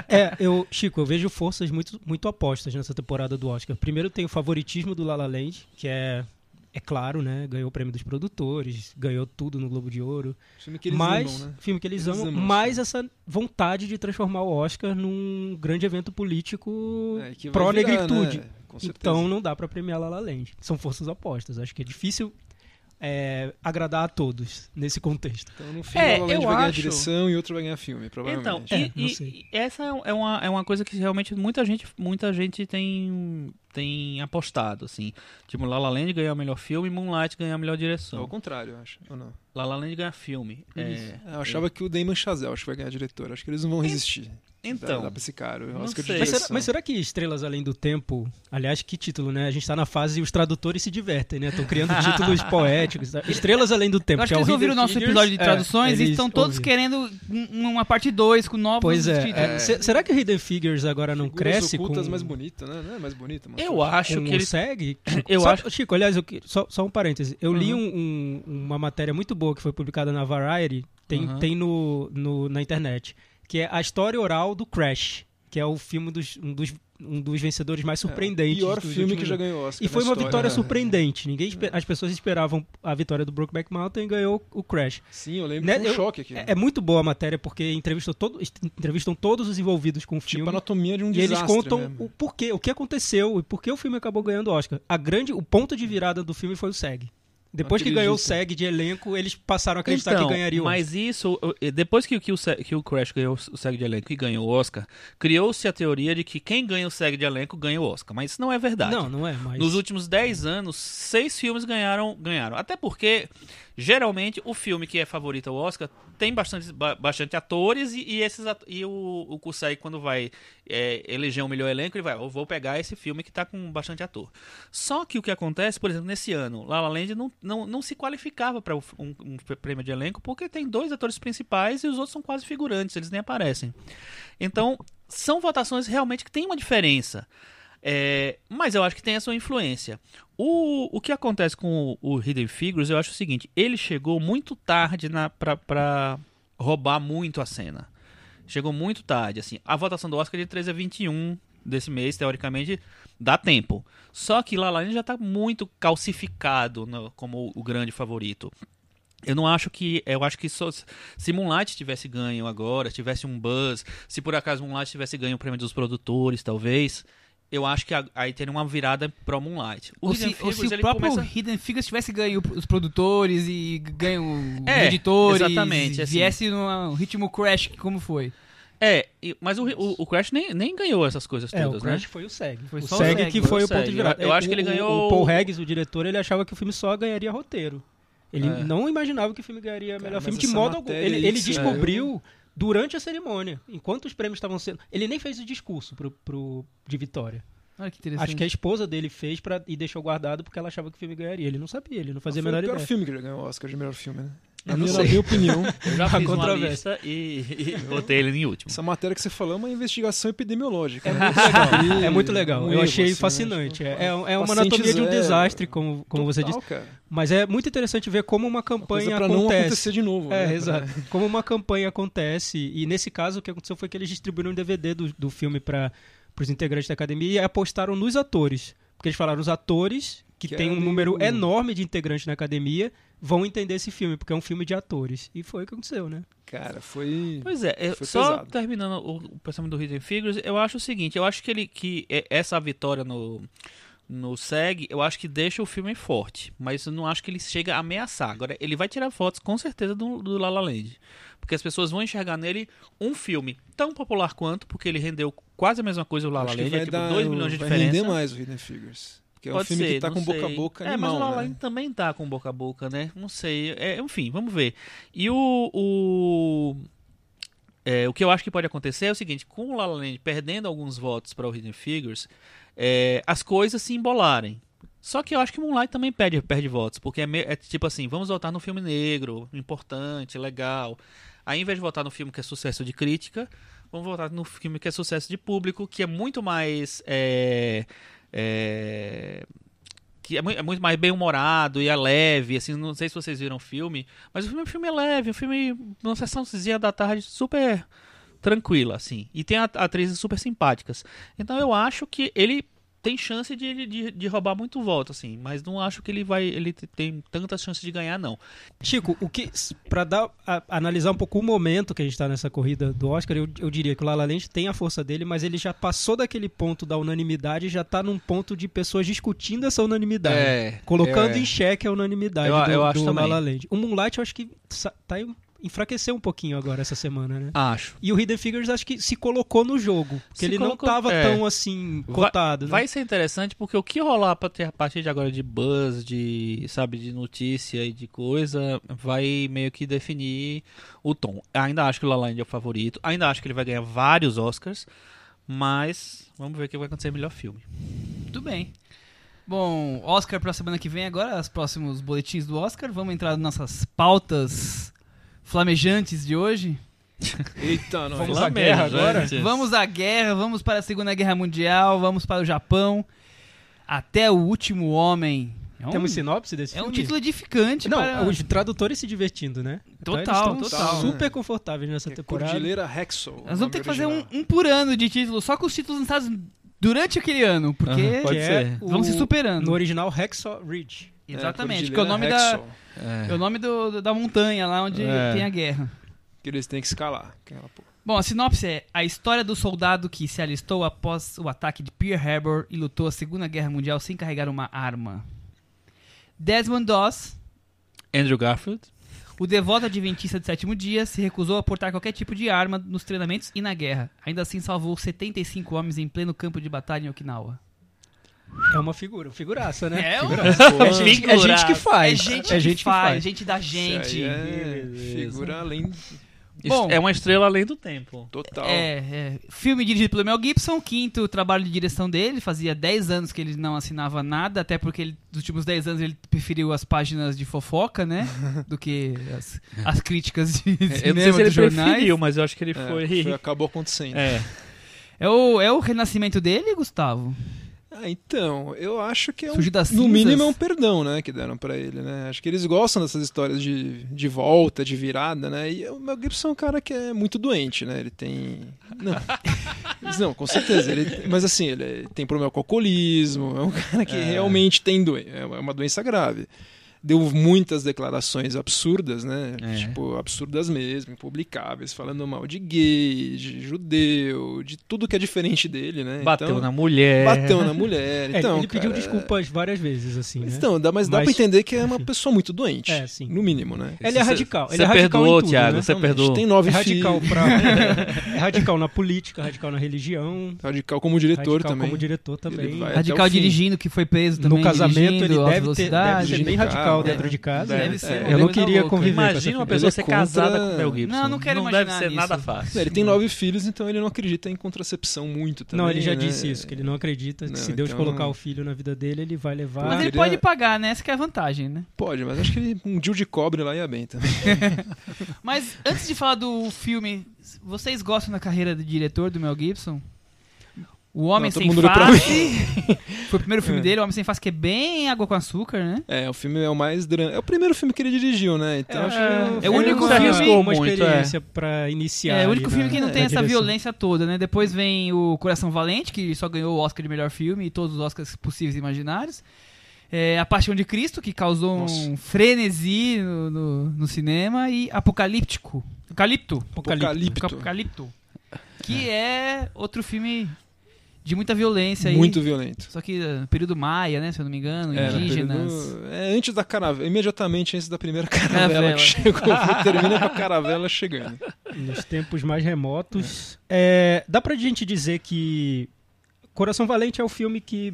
S4: É, eu, Chico, eu vejo forças muito, muito opostas nessa temporada do Oscar. Primeiro tem o favoritismo do La La Land, que é, é claro, né? Ganhou o prêmio dos produtores, ganhou tudo no Globo de Ouro.
S3: Filme que eles
S4: mas,
S3: amam, né?
S4: filme que eles,
S3: Eles
S4: amam,
S3: amam,
S4: mais essa vontade de transformar o Oscar num grande evento político
S3: É, que vai
S4: pró-negritude.
S3: virar, né? Com certeza.
S4: Então não dá pra premiar La La Land. São forças opostas. Acho que é difícil é, agradar a todos nesse contexto.
S3: Então, no fim,
S5: É,
S3: o La La Land
S5: eu
S3: vai ganhar
S5: acho-
S3: direção e outro vai ganhar filme,
S5: Então,
S3: provavelmente.
S5: e,
S4: É, não
S5: e-
S4: sei.
S5: e essa é uma, é uma coisa que realmente muita gente, muita gente tem, tem apostado, assim. Tipo, La La Land ganhar o melhor filme, Moonlight ganhar a melhor
S3: É, Ao
S5: direção.
S3: contrário, eu acho. Ou não?
S5: La La Land ganhar filme. É,
S3: Eu achava que o Damon Chazelle acho que vai ganhar diretor. Acho que eles não vão resistir.
S5: então,
S3: Dá, dá pra esse cara.
S5: não
S3: Eu acho que
S5: sei.
S4: Mas será, mas será que Estrelas Além do Tempo, aliás, que título, né? A gente tá na fase e os tradutores se divertem, né?
S3: [laughs]
S4: Estão criando títulos poéticos. tá? Estrelas Além do
S2: Eu
S4: Tempo,
S2: acho
S4: que
S2: que
S4: é o
S2: eles ouviram o
S4: Hidden
S2: nosso
S4: Figures.
S2: episódio de
S4: É,
S2: traduções e
S4: eles
S2: estão todos
S4: ouviram.
S2: querendo um- uma parte 2 com novos
S4: Pois é.
S2: títulos.
S4: é. Se- será que o Hidden Figures agora não
S3: Figuras
S4: cresce com,
S3: ocultas mais bonito, né? Não é mais bonito, mano.
S5: eu acho
S4: com
S5: que
S4: o
S5: ele... [clears throat]
S4: SEG?
S5: Eu
S4: Sabe,
S5: acho Uhum.
S4: Chico, aliás, eu que- só, só um parêntese. Eu li um- um- uma matéria muito boa que foi publicada na Variety, tem,
S5: Uhum.
S4: tem no, no- na internet, que é a história oral do Crash, que é o filme dos, um, dos, um dos vencedores mais surpreendentes.
S3: É, Pior
S4: dos
S3: filme
S4: últimos
S3: que já
S4: anos.
S3: ganhou Oscar.
S4: E foi
S3: na
S4: uma
S3: história,
S4: vitória
S3: né? É.
S4: surpreendente. Ninguém, espe- as pessoas esperavam a vitória do Brokeback Mountain e ganhou o Crash.
S3: Sim, eu lembro.
S4: Né,
S3: Foi um
S4: eu-
S3: choque aqui.
S4: É, é muito boa a matéria porque entrevistou todo, est- entrevistam todos os envolvidos com o
S3: tipo
S4: filme.
S3: a anatomia de um
S4: e eles
S3: desastre.
S4: contam
S3: né?
S4: o porquê, o que aconteceu e por que o filme acabou ganhando o Oscar. A grande, o ponto de virada do filme foi o SEG. Depois que
S3: Acredito.
S4: ganhou o SEG de elenco, eles passaram a acreditar
S5: então,
S4: que ganharia o Oscar.
S5: mas isso, eh, depois que, o- que, o, Se- que o Crash ganhou o SEG de elenco e ganhou o Oscar, criou-se a teoria de que quem ganha o SEG de elenco ganha o Oscar. Mas isso não é verdade.
S4: Não, não é, mas
S5: Nos últimos 10 anos, seis filmes ganharam, ganharam. Até porque, geralmente, o filme que é favorito ao Oscar tem bastante, ba- bastante atores e, e esses ato- e o, o Kusai, quando vai é, eleger um melhor elenco, ele vai, eu vou pegar esse filme que tá com bastante ator. Só que o que acontece, por exemplo, nesse ano, La La Land não, não, não se qualificava para um, um prêmio de elenco porque tem dois atores principais e os outros são quase figurantes, eles nem aparecem. Então, são votações realmente que tem uma diferença. É, mas eu acho que tem a sua influência. O, o que acontece com o, o Hidden Figures, eu acho o seguinte: ele chegou muito tarde na, pra, pra roubar muito a cena. Chegou muito tarde. assim A votação do Oscar é de 13 a 21 desse mês, teoricamente, dá tempo. Só que La La Land já tá muito calcificado no- como o grande favorito. Eu não acho que. Eu acho que só, se Moonlight tivesse ganho agora, tivesse um buzz, se por acaso Moonlight tivesse ganho o prêmio dos produtores, talvez, eu acho que a- aí teria uma virada pro Moonlight.
S2: Ou se,
S5: Hidden
S2: ou se
S5: Figures,
S2: o
S5: ele
S2: próprio
S5: começa-
S2: Hidden Figures tivesse ganho os produtores e ganho os
S5: É,
S2: editores,
S5: exatamente, assim.
S2: viesse no ritmo Crash, como foi.
S5: É, e- mas o, o, o Crash nem, nem ganhou essas coisas
S4: É, o
S5: todas, né?
S4: Crash foi o SEG.
S2: Foi
S4: o
S2: só o
S4: SEG
S2: SEG,
S4: que foi
S5: foi
S4: o
S5: o
S4: ponto
S5: SEG.
S4: de virada. É,
S5: Eu- eu acho que
S4: O-
S5: ele
S4: o-
S5: ganhou-
S4: O Paul Regis, o diretor, ele achava que o filme só ganharia roteiro. Ele
S5: É.
S4: não imaginava que o filme ganharia melhor
S3: mas
S4: filme de
S3: essa
S4: modo algum.
S3: matéria
S4: Ele,
S3: aí
S4: ele
S3: que
S4: descobriu durante a cerimônia, enquanto os prêmios estavam sendo. Ele nem fez o discurso pro, pro- de vitória.
S2: Olha que interessante.
S4: Acho que é a esposa dele fez pra, e deixou guardado porque ela achava que o filme ganharia. Ele não sabia, ele não fazia a
S3: Foi
S4: menor
S3: o pior
S4: ideia.
S3: filme que já ganhou o Oscar de melhor filme, né?
S4: Eu não
S3: minha,
S4: sei.
S3: minha opinião.
S4: [laughs]
S5: Eu já
S4: A
S5: fiz uma
S4: controvérsia.
S5: lista e, [laughs] e botei ele em último.
S3: Essa matéria que você falou é uma investigação epidemiológica. né?
S4: É muito legal.
S3: Um
S4: Eu
S3: erro,
S4: achei
S3: assim, né?
S4: fascinante.
S3: Tipo,
S4: É, é uma
S3: paciente
S4: anatomia de um
S3: zero.
S4: desastre, como, como você
S3: Total,
S4: disse.
S3: cara.
S4: Mas é muito interessante ver como uma
S3: Coisa
S4: campanha
S3: pra não
S4: acontece.
S3: acontecer de novo. né?
S4: É,
S3: Pra- [laughs]
S4: exato. Como uma campanha acontece, e nesse caso o que aconteceu foi que eles distribuíram um DVD do, do filme para os integrantes da academia e apostaram nos atores. Porque eles falaram, os atores, que
S3: Que é
S4: tem um
S3: era
S4: número
S3: o-
S4: enorme de integrantes na academia, vão entender esse filme, porque é um filme de atores. E foi o que aconteceu, né?
S3: Cara, foi.
S5: Pois é, é,
S3: Foi
S5: só
S3: pesado.
S5: terminando o, o pensamento do Hidden Figures, eu acho o seguinte, eu acho que ele que é- essa vitória no no SEG, eu acho que deixa o filme forte, mas eu não acho que ele chega a ameaçar. Agora, ele vai tirar fotos com certeza do, do La La Land, porque as pessoas vão enxergar nele um filme tão popular quanto, porque ele rendeu quase a mesma coisa o La La
S3: Acho que
S5: Land, é
S3: vai
S5: tipo
S3: dar-
S5: 2 milhões de
S3: vai
S5: diferença.
S3: render mais o Hidden Figures. Que é um
S5: Pode
S3: filme
S5: ser,
S3: que tá
S5: não
S3: com boca a
S5: sei.
S3: boca
S5: É, mas o
S3: animal,
S5: La La
S3: né?
S5: Land também tá com boca a boca, né? Não sei. É, enfim, vamos ver. E o. O, é, o que eu acho que pode acontecer é o seguinte: com o La La Land perdendo alguns votos para o Hidden Figures, é, as coisas se embolarem. Só que eu acho que Moonlight também perde, perde votos, porque é, meio- é tipo assim, vamos votar no filme negro, importante, legal. Aí, ao invés de votar no filme que é sucesso de crítica, vamos votar no filme que é sucesso de público, que é muito mais. é, é, que é mui- é muito mais bem humorado e é leve, assim, não sei se vocês viram o filme, mas o filme, o filme é leve, o filme uma sessãozinha da tarde super tranquila, assim. E tem a- atrizes super simpáticas. Então eu acho que ele tem chance de, de, de roubar muito voto, assim, mas não acho que ele vai. ele te- tem tantas chances de ganhar, não.
S4: Chico, o que para dar a- analisar um pouco o momento que a gente está nessa corrida do Oscar, eu, eu diria que o La La Land tem a força dele, mas ele já passou daquele ponto da unanimidade e já está num ponto de pessoas discutindo essa unanimidade, colocando em xeque a unanimidade
S5: É, Eu-
S4: do,
S5: eu acho
S4: do La
S5: também.
S4: La Land. O Moonlight eu acho que sa- tá em- enfraqueceu um pouquinho agora essa semana, né?
S5: Acho.
S4: E o Hidden Figures acho que se colocou no jogo, porque
S5: Se
S4: ele
S5: colocou-
S4: não tava
S5: é.
S4: tão assim cotado, né?
S5: Vai ser interessante porque o que rolar pra ter a partir de agora de buzz, de sabe, de notícia e de coisa, vai meio que definir o tom. Ainda acho que o La La Land é o favorito, ainda acho que ele vai ganhar vários Oscars, mas vamos ver o que vai acontecer no melhor filme.
S2: Muito bem. Bom, Oscar pra semana que vem agora, os próximos boletins do Oscar. Vamos entrar nas nossas pautas flamejantes de hoje.
S3: Eita, nós.
S4: Vamos à guerra
S5: é
S4: agora?
S2: Vamos à guerra, vamos para a Segunda Guerra Mundial, vamos para o Japão. Até o último homem É um,
S4: Temos sinopse desse
S2: é um
S4: filme?
S2: título edificante.
S3: Tipo,
S4: Não,
S2: para-
S4: os tradutores se divertindo, né? Então eles
S2: Total,
S4: tão
S2: total.
S4: super confortáveis nessa
S3: É
S4: temporada.
S3: Cordilheira Rexol.
S2: Nós vamos ter que fazer um, um por ano de título, só com os títulos lançados durante aquele ano, porque
S5: Aham, pode
S4: que
S5: ser.
S4: É o-
S2: vão se superando.
S4: No original, Hexaw Ridge.
S2: Exatamente, que é o nome, da, é o nome do- do- da montanha lá onde
S3: É.
S2: tem a guerra.
S3: Que eles têm que escalar. é Aquela porra.
S2: Bom, a sinopse é a história do soldado que se alistou após o ataque de Pearl Harbor e lutou a Segunda Guerra Mundial sem carregar uma arma. Desmond Doss,
S4: [laughs]
S5: Andrew Garfield.
S2: o devoto adventista do sétimo dia, se recusou a portar qualquer tipo de arma nos treinamentos e na guerra. Ainda assim, salvou 75 homens em pleno campo de batalha em Okinawa.
S4: É uma figura, figuraça, né?
S2: É um-
S4: figuraça.
S5: Pô,
S4: É gente, é gente que faz.
S2: É gente,
S4: é
S2: que, faz, gente da gente.
S3: Isso aí é
S5: Beleza.
S3: figura além
S2: Bom.
S5: é uma estrela além do tempo.
S3: total.
S2: É, é. Filme dirigido pelo Mel Gibson, quinto trabalho de direção dele. Fazia 10 anos que ele não assinava nada, até porque ele, nos últimos 10 anos ele preferiu as páginas de fofoca, né? Do que as, as críticas de
S5: Eu não sei
S2: cinema
S5: se ele
S2: dos jornais.
S5: preferiu, mas eu acho que ele
S3: É,
S5: foi...
S3: foi- acabou acontecendo.
S5: [laughs] É.
S2: É o, é o renascimento dele, Gustavo?
S3: Ah, então, eu acho que é um,
S2: Surgiu das
S3: no
S2: cinzas.
S3: mínimo é um perdão, né, que deram pra ele, né? Acho que eles gostam dessas histórias de, de volta, de virada, né? E o Mel Gibson é um cara que é muito doente, né? Ele tem não. Mas Não, [laughs] com certeza. Ele, mas assim, ele tem problema com alcoolismo, é um cara que realmente tem doença, é uma doença grave. Deu muitas declarações absurdas, né?
S5: É.
S3: Tipo, absurdas mesmo, impublicáveis, falando mal de gay, de judeu, de tudo que é diferente dele, né?
S5: Bateu
S3: então,
S5: na mulher.
S3: Bateu na mulher.
S4: É,
S3: Então,
S4: ele pediu
S3: cara,
S4: desculpas várias vezes, assim, né?
S3: Então, dá, mas, dá
S4: Mas-
S3: pra entender que é
S4: [laughs]
S3: uma pessoa muito doente.
S4: É, sim.
S3: No mínimo, né?
S4: Ele é
S5: Cê-
S4: radical.
S5: cê
S4: Ele é radical
S5: perdoou,
S4: em tudo,
S5: Thiago,
S4: né?
S5: cê
S4: Realmente.
S5: perdoou.
S3: Tem nove
S4: É radical
S3: filhos. [laughs]
S4: pra... é radical na política, radical na religião,
S3: Radical como diretor
S4: radical
S3: também.
S4: como diretor também.
S3: vai- É, até
S2: Radical
S3: o fim.
S2: dirigindo, que foi preso também.
S4: no casamento ele
S2: dirigindo, alta
S4: deve ter, deve
S2: velocidade.
S4: ser bem
S3: dirigindo
S4: radical
S3: carro,
S4: dentro
S3: né?
S4: de casa.
S2: Deve
S4: né?
S2: ser. é,
S4: Eu não
S2: Coisa
S4: queria
S2: louca.
S4: conviver com essa
S5: Imagina uma
S4: figura.
S3: Ele
S5: pessoa
S3: é
S5: ser
S3: contra-
S5: casada com o Mel Gibson.
S2: Não, não quero
S5: deve
S2: imaginar
S5: ser
S2: nisso.
S5: nada fácil.
S3: É, Ele tem nove filhos, então ele não acredita em contracepção muito também.
S4: Não, ele já
S3: né?
S4: disse isso, que ele não acredita
S3: Não,
S4: que se Deus
S3: então-
S4: colocar o filho na vida dele, ele vai levar.
S2: Mas ele
S3: Ele
S2: pode
S3: é-
S2: pagar, né? Essa que é a vantagem, né?
S3: Pode, mas acho que ele- um Dil de cobre lá ia bem também.
S2: Mas antes de falar do filme, vocês gostam da carreira do diretor do Mel Gibson? O Homem
S3: Não, todo
S2: Sem
S3: mundo olhou pra
S2: Face. [laughs] Foi o primeiro filme dele, O Homem Sem Face, que é bem água com açúcar, né?
S3: É, o filme é o mais drama. É o primeiro filme que ele dirigiu, né? Então acho
S2: É o único
S4: uma,
S2: filme-
S4: uma
S5: muito, é.
S4: experiência pra iniciar.
S2: é o
S4: ali
S2: único
S3: né?
S2: filme
S4: na-
S2: que não
S4: na
S2: tem essa
S4: direção.
S2: violência toda, né? Depois vem o Coração Valente, que só ganhou o Oscar de melhor filme e todos os Oscars possíveis e imaginários. É, a Paixão de Cristo, que causou um
S3: Nossa.
S2: frenesi no, no- no cinema. E Apocalíptico. Apocalipto.
S3: Apocalipto.
S2: Apocalipto. Que é outro filme de muita violência aí.
S3: muito violento.
S2: Só que eh, período maia, né? Se eu não me engano,
S3: É, no
S2: indígenas.
S3: período- é, antes da caravela, imediatamente antes da primeira caravela,
S2: Caravela.
S3: que chegou. Termina com a caravela chegando.
S4: Nos tempos mais remotos. É, dá pra gente dizer que Coração Valente é o filme que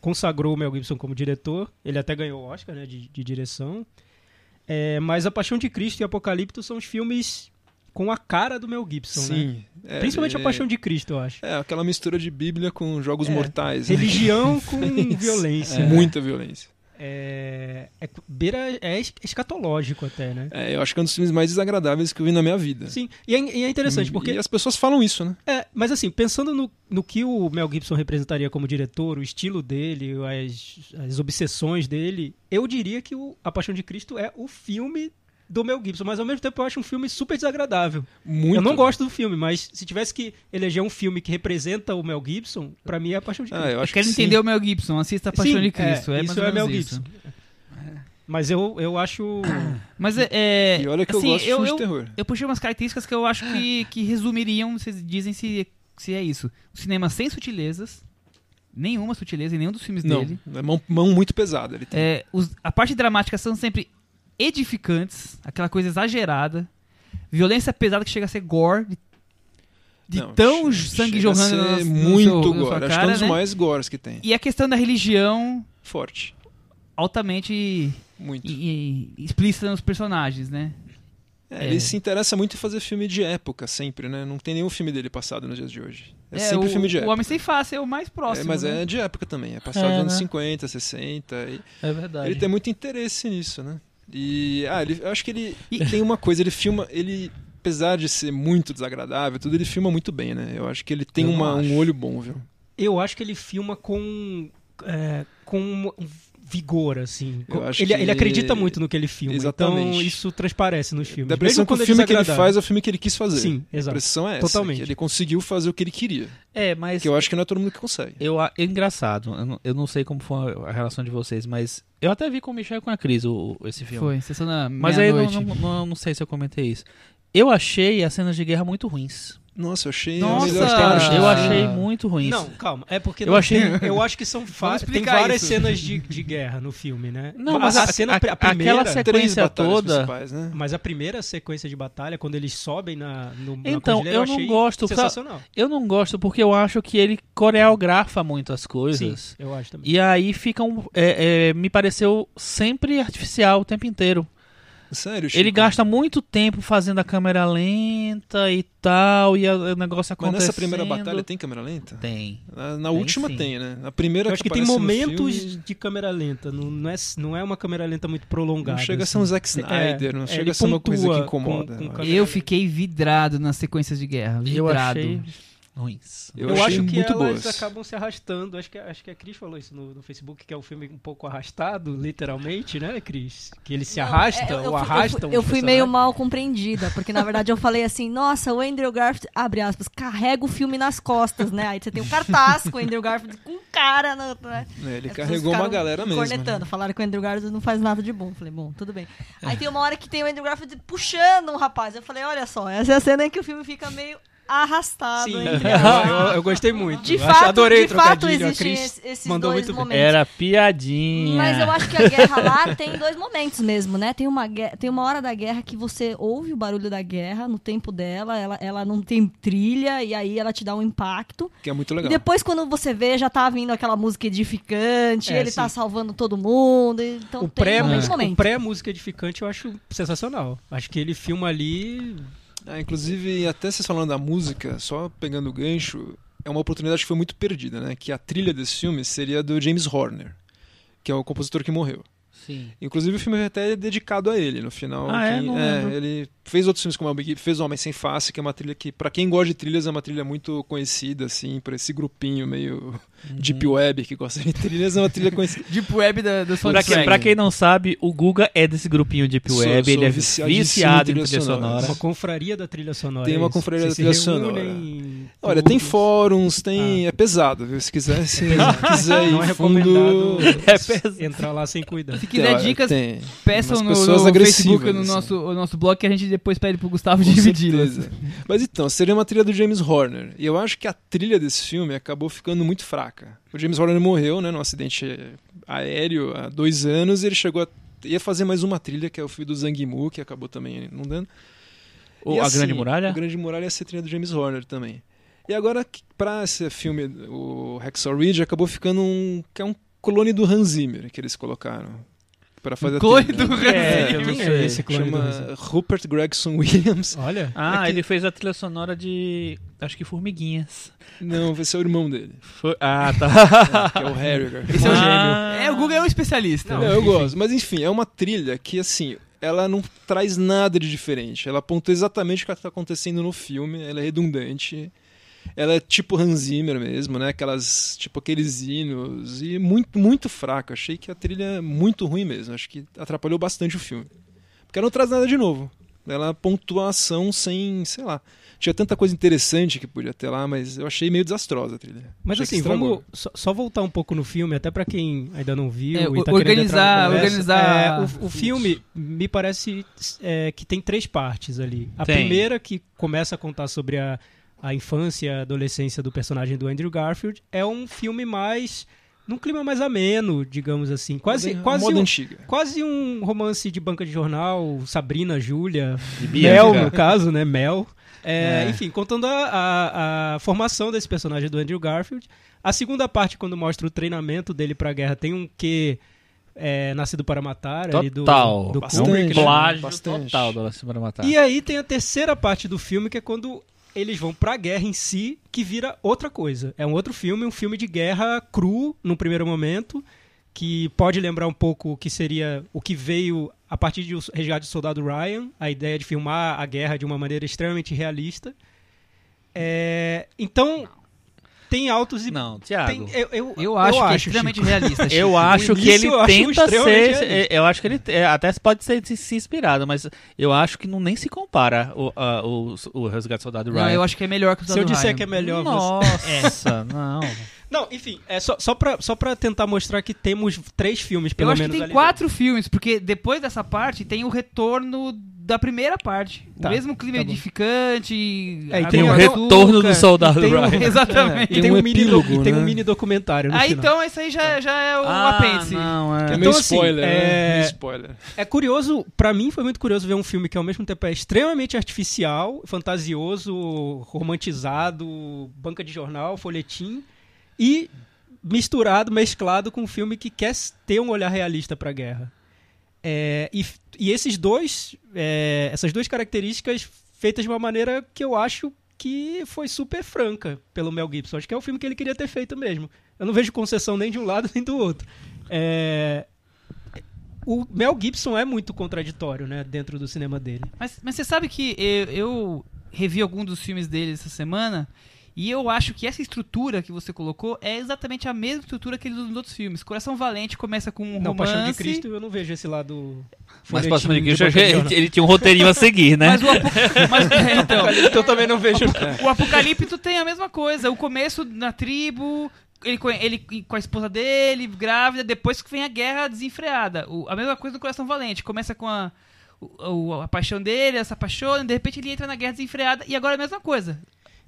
S4: consagrou o Mel Gibson como diretor. Ele até ganhou o Oscar né, de, de direção. É, mas A Paixão de Cristo e Apocalipto são os filmes com a cara do Mel Gibson, né?
S3: Sim. é,
S4: Principalmente
S3: ele-
S4: A Paixão de Cristo, eu acho.
S3: É, aquela mistura de Bíblia com jogos
S4: É.
S3: mortais. né? É,
S4: Religião com [laughs] violência. né?
S3: Muita violência.
S4: É, é, beira, é es- escatológico até, né?
S3: É, eu acho que é um dos filmes mais desagradáveis que eu vi na minha vida.
S4: Sim, e é, e é interessante porque...
S3: Uhum, E as pessoas falam isso, né?
S4: É, mas assim, pensando no, no que o Mel Gibson representaria como diretor, o estilo dele, as, as obsessões dele, eu diria que o A Paixão de Cristo é o filme do Mel Gibson, mas ao mesmo tempo eu acho um filme super desagradável.
S3: Muito.
S4: Eu não gosto do filme, mas se tivesse que eleger um filme que representa o Mel Gibson, pra mim é A Paixão de Cristo.
S3: Ah, eu acho
S2: Quero
S3: que sim.
S2: entender o Mel Gibson, assista a Paixão
S4: Sim,
S2: de Cristo. É, mais
S4: isso
S2: ou
S4: é
S2: menos
S4: Mel
S2: isso.
S4: Gibson. Mas eu, eu acho...
S3: [coughs]
S2: Mas é. é,
S3: E olha que
S2: assim,
S3: eu gosto de
S2: eu,
S3: filme de
S2: eu,
S3: terror.
S2: eu puxei umas características que eu acho que, que resumiriam, vocês dizem se, se é isso. Um cinema sem sutilezas, nenhuma sutileza em nenhum dos filmes
S3: Não,
S2: dele.
S3: é mão, mão muito pesada. Ele tem.
S2: É, os- a parte dramática são sempre edificantes, aquela coisa exagerada. Violência pesada que chega a ser gore. De, É, de
S3: Não,
S2: tão
S3: che-
S2: sangue
S3: chega a
S2: jorrando
S3: ser
S2: na- no
S3: muito
S2: seu- na sua
S3: gore. acho que é um
S2: cara,
S3: dos
S2: né?
S3: maiores gores que tem.
S2: E a questão da religião
S3: Forte.
S2: altamente
S3: Muito.
S2: e- e explícita nos personagens, né?
S3: É,
S2: é.
S3: Ele se interessa muito em fazer filme de época, sempre, né? Não tem nenhum filme dele passado nos dias de hoje. É, sempre
S2: o,
S3: filme de
S2: O
S3: época.
S2: Homem Sem Face é o mais
S3: É,
S2: próximo.
S3: mas
S2: né?
S3: é de época também. É passado
S5: É,
S3: dos anos
S5: né?
S3: 50, 60. e-
S5: É verdade.
S3: Ele tem muito interesse nisso, né? E ah, ele, eu acho que ele e tem uma coisa, ele filma, ele apesar de ser muito desagradável, tudo ele filma muito bem, né? Eu acho que ele tem
S5: Eu não
S3: uma, um
S5: acho.
S3: olho bom, viu?
S4: Eu acho que ele filma com. é, com um vigor, assim.
S3: Eu acho
S4: Ele,
S3: que-
S4: ele acredita muito no que ele filma, então
S3: Exatamente.
S4: isso transparece nos filmes.
S3: Dá a impressão que
S4: Mesmo
S3: o
S4: quando é
S3: filme que ele
S4: desagradável.
S3: faz é o filme que ele quis fazer.
S4: Sim,
S3: A
S4: exato.
S3: impressão é essa.
S4: Totalmente.
S3: que ele conseguiu fazer o que ele queria.
S5: É, mas
S3: Que eu acho que não é todo mundo que consegue.
S5: Eu, a- é engraçado, eu não, eu não sei como foi a relação de vocês, mas eu até vi com o Michel e com a Cris o- o- esse filme.
S2: Foi, sessão da
S5: Mas aí não,
S2: meia-noite.
S5: não, não, não sei se eu comentei isso. Eu achei as cenas de guerra muito ruins.
S3: Nossa, eu achei
S2: Nossa!
S3: a melhor parte.
S5: eu
S2: Ah.
S5: achei muito ruins.
S4: Não, calma. É porque
S5: Eu
S4: não-
S5: achei-
S4: eu
S3: [laughs]
S4: acho que são fa-
S2: Vamos
S4: tem
S2: explicar
S4: várias
S2: isso.
S4: cenas de, de guerra no filme, né?
S5: Não, mas a- a-
S4: pri-
S5: aquela sequ-
S3: Três
S5: sequência
S3: batalhas
S5: toda-
S3: principais, né?
S4: Mas a primeira sequência de batalha, quando eles sobem na, no, na
S5: Então,
S4: cordilheira,
S5: eu não
S4: achei
S5: gosto, pra-
S4: sensacional.
S5: Eu não gosto porque eu acho que ele coreografa muito as
S4: Sim,
S5: coisas.
S3: é.
S4: eu acho também.
S5: E aí fica um. é- é, me pareceu sempre artificial o tempo inteiro.
S3: Sério, Chico.
S5: Ele gasta muito tempo fazendo a câmera lenta e tal, e a- o
S3: Mas
S5: negócio acontecendo.
S3: nessa primeira batalha tem câmera lenta?
S5: Tem.
S3: Na, na
S5: Tem
S3: última
S5: sim.
S3: tem, né? Na primeira
S4: Eu acho que tem
S3: aparece no
S4: momentos
S3: filme,
S4: de câmera lenta, não, não é, não é uma câmera lenta muito prolongada.
S3: Não chega a ser
S4: assim.
S3: um Zack Snyder,
S4: É,
S3: não
S4: é,
S3: chega
S4: ele
S3: a ser uma coisa que
S4: pontua
S3: incomoda. né?
S4: com- com
S3: eu acho.
S4: câmera
S2: Eu fiquei vidrado nas sequências de guerra.
S5: Eu
S2: Vidrado.
S5: achei ruins.
S4: Eu,
S3: achei
S4: acho que
S3: muito
S4: elas
S3: boas.
S4: acabam se arrastando. Acho que, acho que a Cris falou isso no, no Facebook, que é um filme um pouco arrastado, literalmente, né, Cris? Que ele se arrasta ou arrasta.
S6: é,
S4: um
S6: Eu fui, eu fui meio mal compreendida, porque na verdade eu falei assim: nossa, o Andrew Garfield, abre aspas, carrega o filme nas costas, né? Aí você tem um cartaz com o Andrew Garfield com cara, na- né?
S3: É, ele
S6: As pessoas
S3: carregou uma
S6: ficaram
S3: galera mesmo. né?
S6: Cornetando, falaram que o Andrew Garfield não faz nada de bom. Falei, bom, tudo bem. Aí tem uma hora que tem o Andrew Garfield puxando um rapaz. Eu falei, olha só, essa é a cena em que o filme fica meio arrastado.
S4: Sim, é,
S6: hein?
S4: eu, eu- eu gostei muito. [laughs]
S6: De
S4: Eu
S6: fato,
S4: adorei
S6: de fato
S4: trocadilho, a
S6: existem
S4: Cris
S6: es- esses
S4: mandou
S6: dois
S4: muito bem.
S6: momentos.
S5: Era piadinha.
S6: Mas eu acho que a guerra
S4: [laughs]
S6: lá tem dois momentos mesmo, né? Tem uma, gue- tem uma hora da guerra que você ouve o barulho da guerra no tempo dela, ela, ela não tem trilha e aí ela te dá um impacto.
S3: Que é muito
S6: E
S3: legal.
S6: depois, quando você vê, já tá vindo aquela música edificante,
S4: É,
S6: ele tá
S4: sim.
S6: salvando todo mundo. Então
S4: O
S6: tem
S4: pré-
S6: momentos,
S4: É, o
S6: momentos.
S4: pré-música edificante eu acho sensacional. Acho que ele filma ali.
S3: Ah, inclusive, até vocês falando da música, só pegando o gancho, é uma oportunidade que foi muito perdida, né? Que a trilha desse filme seria do James Horner, que é o compositor que morreu.
S5: Sim.
S3: Inclusive, o filme até é dedicado a ele no final.
S5: Ah, é?
S3: quem-
S5: Não lembro.
S3: ele fez outros filmes como o Big, fez O Homem Sem Face, que é uma trilha que, pra quem gosta de trilhas, é uma trilha muito conhecida, assim, pra esse grupinho meio deep web que gosta de trilhas, é uma
S2: [laughs]
S3: trilha conhecida.
S2: Deep Web da, do
S5: Pra, que-
S2: soundtrack.
S5: pra quem não sabe, o Guga é desse grupinho Deep
S3: Sou-
S5: Web,
S3: sou
S5: ele é
S3: viciadíssimo em
S5: viciado em
S3: trilha
S5: trilha
S3: sonora.
S5: sonora.
S4: Uma confraria da trilha sonora.
S3: Tem uma
S4: é isso?
S3: confraria
S4: Vocês
S3: da
S4: se
S3: trilha
S4: reúnem
S3: Olha, tem
S4: todos.
S3: fóruns, tem. É pesado, viu? Se quiser, se quiser ir
S4: Não é
S3: fundo.
S4: recomendado [laughs]
S5: É pesado.
S4: entrar lá
S3: [laughs]
S4: sem cuidado.
S2: Se quiser
S3: Olha,
S2: dicas,
S3: tem
S2: peçam
S3: umas
S2: no,
S3: pessoas
S2: no Facebook,
S3: agressivas,
S2: no
S3: assim.
S2: nosso, o nosso blog, que a gente depois pede pro Gustavo
S3: Com
S2: dividi-las.
S3: certeza. Mas então, seria uma trilha do James Horner. E eu acho que a trilha desse filme acabou ficando muito fraca. O James Horner morreu, né, num acidente aéreo há dois anos, e ele chegou a. ia fazer mais uma trilha, que é o filho do Zangmu, que acabou também não dando.
S5: O-
S3: E
S5: a
S3: assim,
S5: Grande Muralha?
S3: A Grande Muralha ia ser trilha do James Horner também. E agora, que- pra esse filme, o Hacksaw Ridge acabou ficando um. que é um clone do Hans Zimmer que eles colocaram. Pra
S5: Um
S3: fazer a
S2: Clone
S3: trilha.
S2: do
S5: É, eu não
S4: Quem é
S5: sei.
S4: esse clone do Hanson?
S3: Chama Rupert Gregson Williams.
S4: Olha,
S5: Ah,
S3: É que-
S5: ele fez a trilha sonora de. Acho que Formiguinhas.
S3: Não, vai ser o irmão dele,
S5: Foi- Ah, [laughs] tá.
S3: que é o Harriger.
S2: Esse é o
S5: Ah.
S2: gênio. É, o Google é o especialista.
S3: Não, eu gosto. Mas enfim, é uma trilha que, assim, ela não traz nada de diferente. Ela aponta exatamente o que está acontecendo no filme. Ela é redundante. Ela é tipo Hans Zimmer mesmo, né? Aquelas, tipo aqueles hinos. E é muito, muito fraca. Achei que a trilha é muito ruim mesmo. Acho que atrapalhou bastante o filme. Porque ela não traz nada de novo. Ela pontua a ação sem, sei lá. Tinha tanta coisa interessante que podia ter lá, mas eu achei meio desastrosa a trilha.
S4: mas
S3: Achei que
S4: assim,
S3: estragou.
S4: vamos só, só voltar um pouco no filme, até pra quem ainda não viu.
S2: É,
S4: e tá
S2: o-
S4: querendo
S2: organizar-
S4: entrar na conversa.
S2: organizar-
S4: É, o, o filme me parece é, que tem três partes ali. A
S5: Tem.
S4: primeira que começa a contar sobre a, a infância, a adolescência do personagem do Andrew Garfield é um filme mais num clima mais ameno, digamos assim, quase
S3: Moda-
S4: quase
S3: moda
S4: um,
S3: antiga.
S4: Quase um romance de banca de jornal, Sabrina, Júlia,
S5: Bianca.
S4: Mel, no caso, né? Mel. É,
S5: É.
S4: Enfim, contando a, a- a formação desse personagem do Andrew Garfield. A segunda parte, quando mostra o treinamento dele pra guerra, tem um quê é, nascido para matar ali do,
S5: Total.
S4: do
S5: Bastante.
S4: Kubrick, né?
S5: É um Plágio
S3: Bastante.
S5: total do Nasce para
S2: Tá.
S5: Matar.
S4: E aí tem a terceira parte do filme, que é quando eles vão pra guerra em si, que vira outra coisa. É um outro filme, um filme de guerra cru, no primeiro momento, que pode lembrar um pouco o que seria o que veio a partir de O Resgate do Soldado Ryan, a ideia de filmar a guerra de uma maneira extremamente realista. É, então, tem altos e
S5: Não, Thiago.
S4: tem, eu, eu,
S2: Eu acho que é
S4: Chico.
S2: extremamente realista. Chico.
S5: [laughs] Eu acho que
S4: início,
S5: ele
S4: eu acho
S5: tenta
S4: extremamente
S5: ser.
S4: realista.
S5: Eu acho que ele é, até pode ser se- se inspirado, mas eu acho que não nem se compara o, a- o, o Resgate Soldado Ryan.
S2: Não, eu acho que é melhor que o
S4: Se eu
S2: Soldado
S4: disser
S2: Ryan.
S4: que é melhor, você-
S5: Nossa, não.
S4: Não, enfim, é só, só, pra, só pra tentar mostrar que temos três filmes,
S2: Eu
S4: pelo
S2: acho que
S4: menos.
S2: tem
S4: ali
S2: quatro filmes, porque depois dessa parte tem o retorno da primeira parte.
S4: Tá,
S2: o mesmo clima
S4: tá bom.
S2: edificante.
S4: É, e
S2: a
S4: tem
S5: Tem o
S4: um
S2: água com
S5: retorno do
S2: açúcar,
S5: Soldado
S2: tem um-
S5: Ryan.
S2: [laughs]
S4: dentro.
S2: Exatamente.
S4: E tem,
S3: um
S4: um, mini
S3: epílogo,
S4: docu- e tem
S3: né?
S4: um mini documentário no
S2: Aí
S4: final.
S2: então isso aí já, já é um apêndice.
S5: Ah, Não,
S3: Que é
S5: é.
S3: meio
S4: Então, assim,
S3: spoiler,
S4: é-
S3: né? Meio spoiler.
S4: É curioso, pra mim foi muito curioso ver um filme que ao mesmo tempo é extremamente artificial, fantasioso, romantizado, banca de jornal, folhetim e misturado, mesclado com um filme que quer s- ter um olhar realista pra guerra. É, e, f- e esses dois, é, essas duas características feitas de uma maneira que eu acho que foi super franca pelo Mel Gibson. Acho que é o filme que ele queria ter feito mesmo. Eu não vejo concessão nem de um lado [laughs] nem do outro. É, o Mel Gibson é muito contraditório, né, dentro do cinema dele.
S2: Mas, mas você sabe que eu, eu revi algum dos filmes dele essa semana e eu acho que essa estrutura que você colocou é exatamente a mesma estrutura que ele usa nos outros filmes. Coração Valente começa com um
S4: Não,
S2: romance,
S4: Paixão de Cristo, eu não vejo esse lado.
S5: Mas
S4: folhetim
S5: próximo de Cristo,
S4: banca de jornal.
S5: ele, ele tinha um roteirinho a seguir, né?
S2: mas o apo... [laughs] mas, é,
S4: [laughs]
S2: então,
S4: Eu também não vejo.
S2: o Apocalipto tem a mesma coisa. O começo na tribo, ele, co- ele com a esposa dele, grávida, depois que vem a guerra desenfreada. O- a mesma coisa do Coração Valente. Começa com a, o- o- a paixão dele, essa paixão, de repente ele entra na guerra desenfreada e agora é a mesma coisa.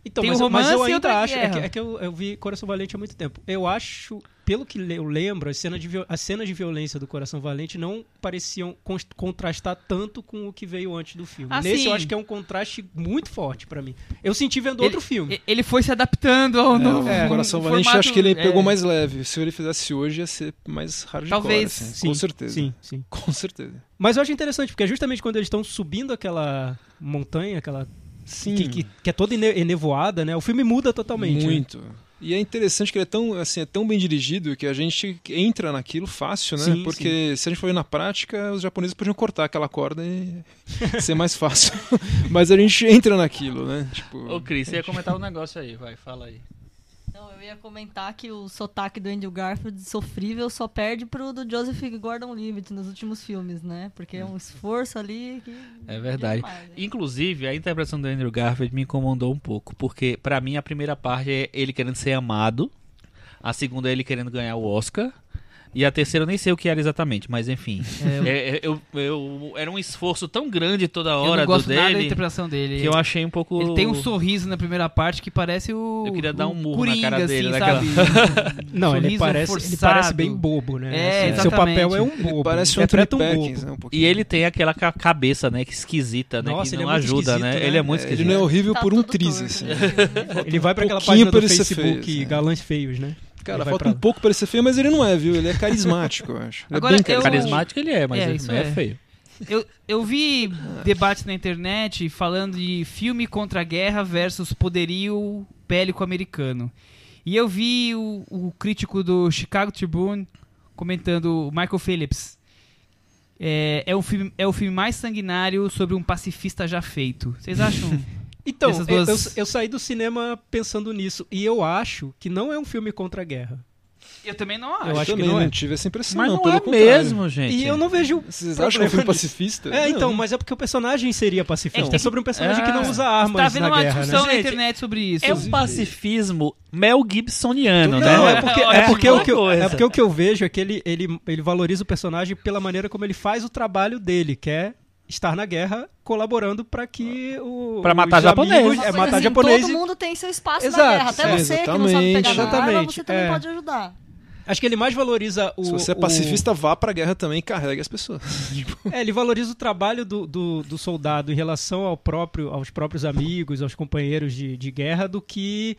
S4: Então,
S2: Tem
S4: mas,
S2: um
S4: mas eu
S2: romance e
S4: ainda
S2: outra
S4: acho. É que,
S2: guerra.
S4: é que eu, eu vi Coração Valente há muito tempo. Eu acho, pelo que le- eu lembro, as cenas de, viol- as cenas de violência do Coração Valente não pareciam cons- contrastar tanto com o que veio antes do filme.
S2: Ah,
S4: Nesse
S2: sim.
S4: eu acho que é um contraste muito forte pra mim. Eu senti vendo outro filme.
S2: E- Ele foi se adaptando ao novo.
S4: é,
S3: o Coração
S2: formato,
S3: Valente, acho que ele
S2: é,
S3: pegou mais leve. Se ele fizesse hoje, ia ser mais hardcore.
S2: Talvez.
S3: assim,
S4: Sim,
S3: com certeza.
S4: Sim, sim.
S3: Com certeza.
S4: Mas eu acho interessante, porque é justamente quando eles estão subindo aquela montanha, aquela.
S3: Sim.
S4: Que, que, que é toda ene- enevoada, né? O filme muda totalmente. né?
S3: Muito. E é interessante que ele é tão, assim, é tão bem dirigido que a gente entra naquilo fácil, né?
S4: Sim,
S3: Porque se a gente for ver na prática, os japoneses podiam cortar aquela corda e [laughs] ser mais fácil. [laughs] Mas a gente entra naquilo, né? Tipo,
S5: Ô, Cris, você ia comentar um negócio aí, vai, fala aí.
S6: Não, Então, eu ia comentar que o sotaque do Andrew Garfield sofrível só perde pro do Joseph Gordon-Levitt nos últimos filmes, né? Porque é um esforço ali que...
S5: É verdade.
S6: demais, né?
S5: Inclusive, a interpretação do Andrew Garfield me incomodou um pouco, porque pra mim a primeira parte é ele querendo ser amado, a segunda é ele querendo ganhar o Oscar, e a terceira eu nem sei o que era exatamente, mas enfim. É, é, eu, eu- era um esforço tão grande toda
S2: Eu
S5: hora
S2: não gosto
S5: do
S2: nada da
S5: dele
S2: interpretação dele.
S5: que eu achei um pouco.
S2: Ele tem um sorriso na primeira parte que parece o.
S5: Eu queria dar
S2: o
S5: um murro na
S2: Coringa,
S5: cara dele, né,
S2: assim,
S5: naquela-
S2: sabe? Um
S4: Não, ele
S2: sorriso
S4: parece, ele
S2: forçado.
S4: parece bem bobo, né?
S2: É,
S4: Seu
S2: exatamente.
S4: papel é um
S3: ele
S4: bobo.
S3: parece um Anthony
S4: interpreta um
S3: Perkins,
S4: bobo.
S3: né? Um pouquinho.
S5: E ele tem aquela ca- cabeça, né, que esquisita, né,
S4: Nossa,
S5: que
S4: ele
S5: não
S4: é muito
S5: ajuda, né?
S4: esquisito, né?
S5: Ele é muito
S3: É,
S5: esquisito. É
S3: ele não é horrível
S6: Tá
S3: por um
S6: todo
S3: triz,
S6: torto,
S3: assim.
S6: né?
S4: Ele vai pra aquela
S3: pouquinho
S4: página do
S3: pra ele ser
S4: Facebook,
S3: feio, assim.
S4: galãs feios, né?
S3: Cara,
S4: Ele vai
S3: falta
S4: pra
S3: um
S4: lá.
S3: pouco pra ele ser feio, mas ele não é, viu? Ele é carismático, eu acho. Ele é
S2: Agora,
S3: bem
S2: eu-
S3: carismático.
S5: Carismático ele é, mas
S2: É,
S5: ele
S2: isso
S5: não é,
S2: é.
S5: feio.
S2: Eu, eu vi debates na internet falando de filme contra a guerra versus poderio bélico americano. E eu vi o, o crítico do Chicago Tribune comentando o Michael Phillips. É, é, um filme, é o filme mais sanguinário sobre um pacifista já feito. Vocês acham?
S4: Então,
S2: Essas
S4: eu-
S2: duas-
S4: eu, eu saí do cinema pensando nisso. E eu acho que não é um filme contra a guerra.
S2: eu também não acho.
S4: [laughs] Eu acho que
S3: também
S4: não é.
S3: tive essa impressão,
S5: Mas
S3: não,
S5: não,
S3: pelo
S5: é
S3: contrário.
S5: mesmo, gente.
S4: E eu não vejo.
S3: Vocês
S4: problema
S3: acham que é um filme
S4: nisso.
S3: pacifista?
S4: É, então,
S3: Não.
S4: mas é porque o personagem seria
S2: É
S4: pacifista. É,
S2: que-
S4: sobre um personagem
S5: Ah.
S4: que não usa armas
S2: Tá havendo
S4: na
S2: uma
S4: guerra, né?
S2: discussão na
S5: Gente,
S2: internet sobre isso.
S5: É um pacifismo Mel Gibsoniano, né?
S4: Não, é porque,
S2: Olha,
S4: é porque
S5: é
S4: o que eu,
S5: coisa.
S4: é porque o que eu vejo é que ele, ele, ele valoriza o personagem pela maneira como ele faz o trabalho dele, que é estar na guerra colaborando pra que o.
S5: Pra matar
S4: os
S5: japonês.
S4: amigos- É
S6: Uma coisa
S4: matar
S6: assim,
S4: japonês.
S6: Todo
S4: e-
S6: mundo tem seu espaço
S4: Exato,
S6: na guerra. Até
S3: é,
S6: você que não sabe pegar na arma,
S4: exatamente,
S6: você também
S4: é.
S6: pode ajudar.
S4: Acho que ele mais valoriza o.
S3: Se você é
S4: o-
S3: pacifista, vá pra guerra também e carregue as pessoas.
S4: É, ele valoriza o trabalho do, do, do soldado em relação ao próprio, aos próprios amigos, aos companheiros de, de guerra, do que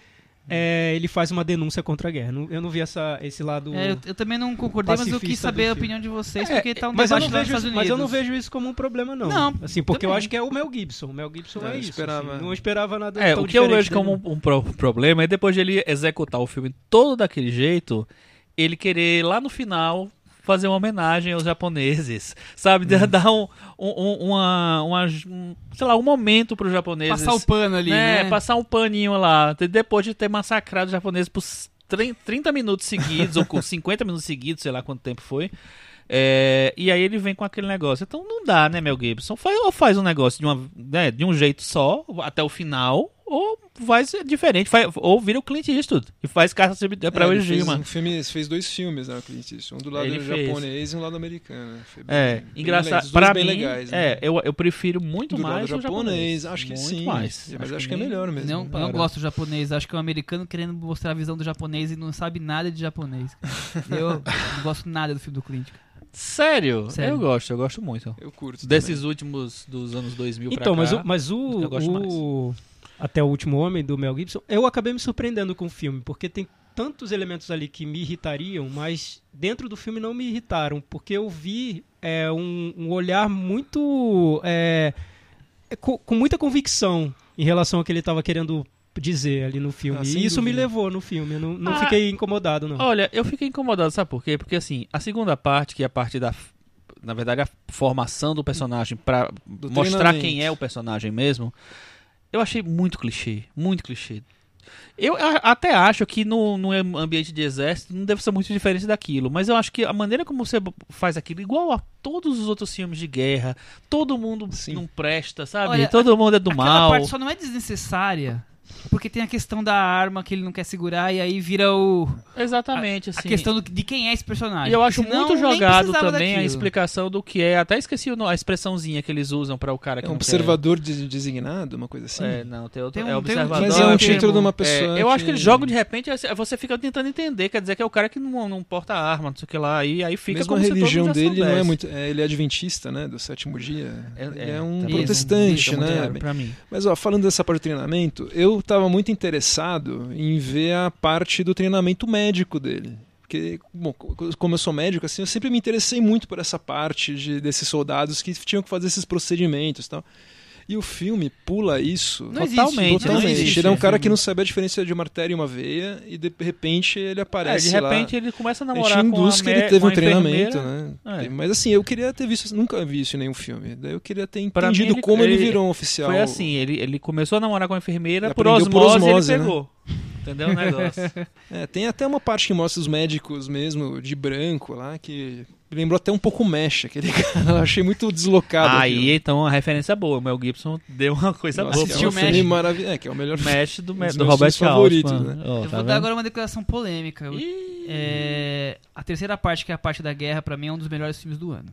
S4: é, ele faz uma denúncia contra a guerra. Não- Eu não vi essa, esse lado.
S2: É, eu, eu também não concordei, mas eu quis
S4: Pacifista do
S2: saber a
S4: filme.
S2: opinião de vocês,
S4: É,
S2: porque tá
S5: então
S2: um
S4: mas, eu
S2: debate
S4: não
S2: lá nos
S4: vejo,
S2: Estados Unidos.
S4: mas eu não vejo isso como um problema, não.
S2: Não,
S4: Assim, porque eu
S2: também.
S4: acho que é o Mel Gibson. O Mel Gibson
S3: É,
S4: é,
S3: eu
S4: isso.
S3: esperava-
S4: assim, não esperava nada
S5: É,
S4: tão
S5: o que eu
S4: diferente
S5: vejo como
S4: dele,
S5: um, um pro- problema é depois de ele executar o filme todo daquele jeito, ele querer lá no final fazer uma homenagem aos japoneses, sabe? [laughs]
S4: Uhum.
S5: Dar- Dar um, um, um- uma, uma- um, sei lá, um momento para os japoneses.
S2: Passar o pano
S4: É,
S2: ali,
S5: né,
S2: né?
S5: Passar um paninho lá. de- Depois de ter massacrado os japoneses por trin- 30 minutos
S3: [laughs]
S5: seguidos, ou com 50 minutos seguidos, sei lá quanto tempo foi. É, e aí ele vem com aquele negócio. Então não dá, né, Mel Gibson? Faz, ou faz um negócio de, uma, né, de um jeito só, até o final, ou faz diferente. faz- ou vira o Clint Eastwood e faz caça
S3: É,
S5: pra
S3: ele fez
S5: Ujima.
S3: um filme, fez dois filmes, né, o Clint Eastwood. Um do lado
S5: Ele fez.
S3: japonês e um lado americano. Foi bem-
S5: É,
S3: bem legal.
S5: engraçado.
S3: Os dois
S5: Pra mim,
S3: bem legais, né?
S5: é, eu, eu prefiro muito
S3: do
S5: mais
S3: lado
S5: o
S3: japonês,
S5: japonês.
S3: acho que
S5: muito
S3: sim.
S5: Mais.
S3: Mas acho, que é melhor mesmo.
S2: Não,
S3: né?
S2: não gosto do japonês. Acho que é um americano querendo mostrar a visão do japonês e não sabe nada de japonês. Eu não gosto nada do filme do Clint. cara.
S5: Sério?
S2: Sério.
S5: Eu gosto, eu gosto muito.
S3: Eu curto.
S5: Desses últimos dos anos 2000 pra
S4: Então,
S5: cá.
S4: mas o, mas o,
S5: eu gosto
S4: o- Até o Último Homem, do Mel Gibson, eu acabei me surpreendendo com o filme, porque tem tantos elementos ali que me irritariam, mas dentro do filme não me irritaram, porque eu vi é, um, um olhar muito... é, é, co- com, muita convicção em relação ao que ele estava querendo dizer ali no filme.
S3: Ah,
S4: e
S3: sem
S4: isso me
S3: dúvida.
S4: levou no filme, eu não, não
S5: Ah,
S4: fiquei incomodado, não.
S5: Olha, eu fiquei incomodado, sabe por quê? Porque assim, a segunda parte, que é a parte da. Na verdade, a formação do personagem pra
S3: Do
S5: mostrar
S3: treinamento.
S5: quem é o personagem mesmo, eu achei muito clichê. Muito clichê. Eu a- até acho que no, no ambiente de exército não deve ser muito diferente daquilo, mas eu acho que a maneira como você faz aquilo, igual a todos os outros filmes de guerra, todo mundo
S3: Sim.
S5: não presta, sabe?
S2: Olha,
S5: todo mundo é do
S2: Aquela
S5: mal.
S2: parte só não é desnecessária. Porque tem a questão da arma que ele não quer segurar e aí vira o, a
S5: Exatamente, assim.
S2: questão do- de quem é esse personagem.
S5: E eu acho
S2: Senão,
S5: muito
S2: nem
S5: jogado
S2: precisava
S5: também a
S2: daquilo.
S5: explicação do que é. Até esqueci o no- a expressãozinha que eles usam pra o cara que
S3: É um
S5: não quer-
S3: observador de- designado, uma coisa assim?
S5: É, não, tem
S2: Tem
S5: outro.
S2: um-
S5: é
S2: tem um-
S5: observador.
S3: Mas é um
S2: Adoro,
S3: título
S2: Timo.
S3: de uma
S5: É,
S3: pessoa.
S5: eu acho que eles jogam de repente, aí você fica tentando entender, quer dizer que é o cara que não, não porta arma, não sei o que lá, e aí fica
S3: Mesmo
S5: como
S3: a
S5: se todo
S3: religião
S5: mundo já
S3: dele não é
S5: soubesse.
S3: muito. é, ele é adventista, né? Do sétimo dia.
S5: É-
S3: ele
S5: é,
S3: é um
S5: também não-
S3: protestante,
S5: fica muito
S3: né?
S5: claro pra mim.
S3: Mas ó, falando dessa parte do treinamento, eu estava muito interessado em ver a parte do treinamento médico dele. Porque, bom, co- como eu sou médico, assim, eu sempre me interessei muito por essa parte de, desses soldados que tinham que fazer esses procedimentos e tal. E o filme pula isso
S2: Não existe,
S5: Totalmente,
S2: não
S3: totalmente.
S2: existe.
S3: ele é um cara que não sabe a diferença de uma artéria e uma veia, e de repente ele
S5: É,
S3: aparece
S5: de
S3: lá.
S5: repente ele começa a
S3: A
S5: namorar
S3: gente
S5: com
S3: induz
S5: a
S3: que ele
S5: me-
S3: teve
S5: com
S3: um
S5: a enfermeira.
S3: treinamento, né?
S5: É.
S3: Teve- Mas assim, eu queria ter visto, nunca vi isso em nenhum filme. Daí eu queria ter
S5: Pra mim,
S3: entendido
S5: ele-
S3: como ele,
S5: ele-
S3: virou um oficial.
S5: Foi assim, ele, ele começou a namorar com a enfermeira,
S3: Ele
S5: por
S3: aprendeu
S5: osmose,
S3: por osmose, né?
S5: ele pegou. Entendeu o negócio?
S3: [laughs] É, tem até uma parte que mostra os médicos mesmo, de branco lá, que me lembrou até um pouco o Mesh, aquele [laughs] cara. Eu achei muito deslocado.
S5: Aí, então, a referência é boa. O Mel Gibson deu uma coisa
S3: aquilo. Nossa,
S5: boa.
S3: é um
S2: Assistiu o
S3: filme
S2: Mesh.
S3: maravilhoso. É, que é o melhor filme.
S5: Mesh do,
S3: Um
S5: Me-
S3: dos
S5: do
S3: meus
S5: Robert
S3: filmes favoritos,
S5: Altman. Ó,
S2: Eu
S5: tá
S2: vou
S5: vendo?
S2: dar agora uma declaração polêmica. Eu- É, a terceira parte, que é a parte da guerra, pra mim é um dos melhores filmes do ano.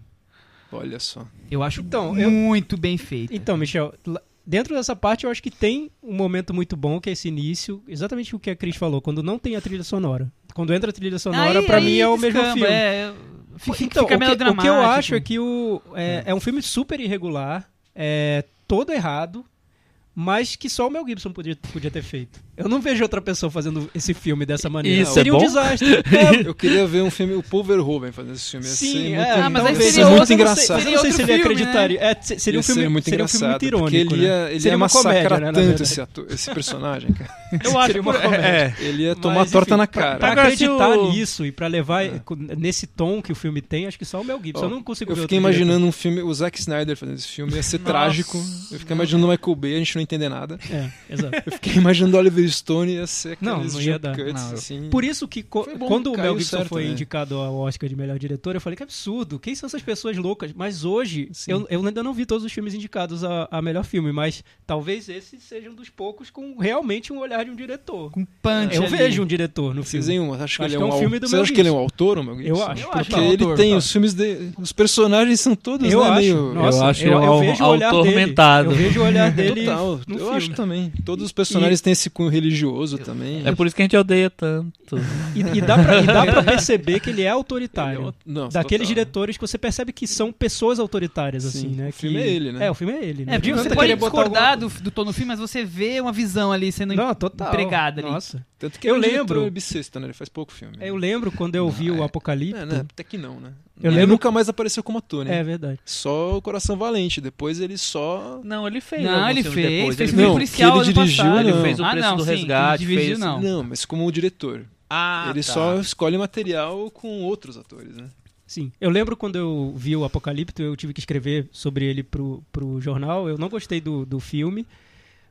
S3: Olha só.
S2: Eu acho
S4: Então, eu-
S2: muito bem feito.
S4: Então, Michel, lá- dentro dessa parte eu acho que tem um momento muito bom, que é esse início, exatamente o que a Cris falou, quando não tem a trilha sonora. Quando entra a trilha sonora, pra mim é o mesmo filme.
S2: é, fica, fica
S4: então, o, que,
S2: meio
S4: o que eu acho é
S2: dramático.
S4: que o, é, é um filme super irregular, é todo errado, mas que só o Mel Gibson podia, podia ter feito. Eu não vejo outra pessoa fazendo esse filme dessa maneira.
S5: Isso é
S4: Seria um
S5: bom?
S4: desastre.
S3: Eu queria ver um filme, o Paul Verhoeven fazendo esse filme. Ia
S4: Sim,
S3: ser
S4: é,
S3: muito,
S4: ah, mas aí
S3: ia
S4: seria
S3: ser
S4: outro-
S3: muito
S2: seria-
S3: engraçado.
S4: Eu não sei
S2: outro
S4: se ele
S2: filme,
S4: acreditaria. É, se- seria, um
S3: Ia ser
S4: filme,
S3: muito
S4: seria um filme
S3: engraçado.
S4: muito
S3: porque
S4: irônico.
S3: ele ia,
S4: né?
S3: ele
S4: seria
S3: ia
S4: uma
S3: massacrar
S4: comédia, né, na
S3: tanto
S4: verdade.
S3: esse, ator- esse personagem, cara.
S5: Eu acho
S4: Seria uma
S5: por- é,
S4: comédia.
S5: é.
S3: Ele ia tomar
S4: Mas,
S3: torta
S4: enfim,
S3: na
S4: Pra,
S3: cara.
S4: pra
S5: Agora, se
S4: acreditar
S5: o-
S4: nisso e pra levar eh, co- nesse tom que o filme tem, acho que só o Mel Gibson.
S3: É. Ó,
S4: eu não consigo
S3: Eu
S4: ver
S3: fiquei
S4: outro diretor.
S3: imaginando um filme, o Zack Snyder fazendo esse filme, ia ser
S5: Nossa.
S3: trágico. Eu fiquei imaginando o Michael Bay, a gente não entender nada. [laughs]
S4: É, exato.
S3: Eu fiquei imaginando o Oliver Stone, ia ser
S4: Não,
S3: aqueles
S4: não ia
S3: jump
S4: dar.
S3: cuts,
S5: Não, eu-
S3: assim.
S4: Por isso que co-
S3: Foi bom,
S4: quando o
S3: caiu
S4: Mel Gibson
S3: certo,
S4: foi
S3: né?
S4: indicado ao Oscar de melhor diretor, eu falei que absurdo, quem são essas pessoas loucas? Mas hoje,
S3: Sim.
S4: eu, eu ainda não vi todos os filmes indicados a, a melhor filme, mas talvez esse seja um dos poucos com realmente um olhar de um diretor.
S2: Com punch
S4: Eu
S2: ali.
S4: vejo um diretor no
S3: Vocês
S4: filme.
S3: veem um, acho que
S4: Acho
S3: ele é
S4: que é
S3: um,
S4: um
S3: au-
S4: filme do
S3: Você
S4: Mel
S3: acha que ele é um
S4: Gibson.
S3: autor, o Mel
S4: Eu
S3: Gibson?
S4: acho, um
S3: Porque
S2: eu acho.
S3: ele
S2: Autor,
S3: tem
S2: tá.
S3: os filmes dele. Os personagens são todos,
S4: Eu
S3: né,
S4: acho.
S3: meio-
S4: Nossa,
S5: Eu acho
S4: eu, eu
S5: al-
S4: vejo o olhar
S5: atormentado.
S4: dele. Eu vejo
S3: [laughs]
S4: o olhar dele
S3: Total,
S4: no
S3: eu
S4: filme.
S3: acho também. Todos os personagens têm esse cunho religioso também.
S5: É por isso que a gente odeia tanto.
S4: E, e dá pra, e dá
S3: [laughs]
S4: pra perceber que ele é autoritário.
S3: Ele é o- não,
S4: Daqueles
S3: total.
S4: diretores que você percebe que são pessoas autoritárias, assim,
S3: Sim,
S4: né?
S3: o
S4: que-
S3: filme é ele, né?
S4: É, o filme é ele. né?
S2: É, porque
S4: Não
S2: você
S4: adianta
S2: pode
S4: querer botar
S2: discordar do, do tom do filme, mas você vê uma visão ali sendo
S4: alguma- Não, total.
S2: empregada ali.
S4: Nossa.
S3: Tanto que
S4: Eu
S3: ele é um diretor
S4: lembro-
S3: bissexto, né? Ele faz pouco filme.
S4: Eu lembro quando eu vi o Apocalipto.
S3: É, né? Até que não, né?
S4: Eu
S3: ele
S4: lembro-
S3: nunca mais apareceu como ator, né?
S4: É verdade.
S3: Só o Coração Valente. Depois ele só.
S5: Não, ele fez.
S2: Não,
S5: alguns
S2: ele
S4: um
S5: filmes
S2: fez,
S5: depois,
S2: fez
S5: ele
S2: filme
S5: né?
S3: Não,
S2: policial
S3: que ele
S2: ano
S3: dirigiu,
S2: passado.
S3: não. Ele
S5: fez O
S2: ah,
S5: Preço
S2: não,
S5: do
S2: sim,
S5: Resgate,
S2: ele dirigiu,
S5: fez- um-
S2: não.
S3: mas como diretor.
S5: Ah,
S3: ele
S5: tá.
S3: só escolhe material com outros atores, né?
S4: Sim. Eu lembro quando eu vi o Apocalipto, eu tive que escrever sobre ele pro, pro jornal. Eu não gostei do, do filme.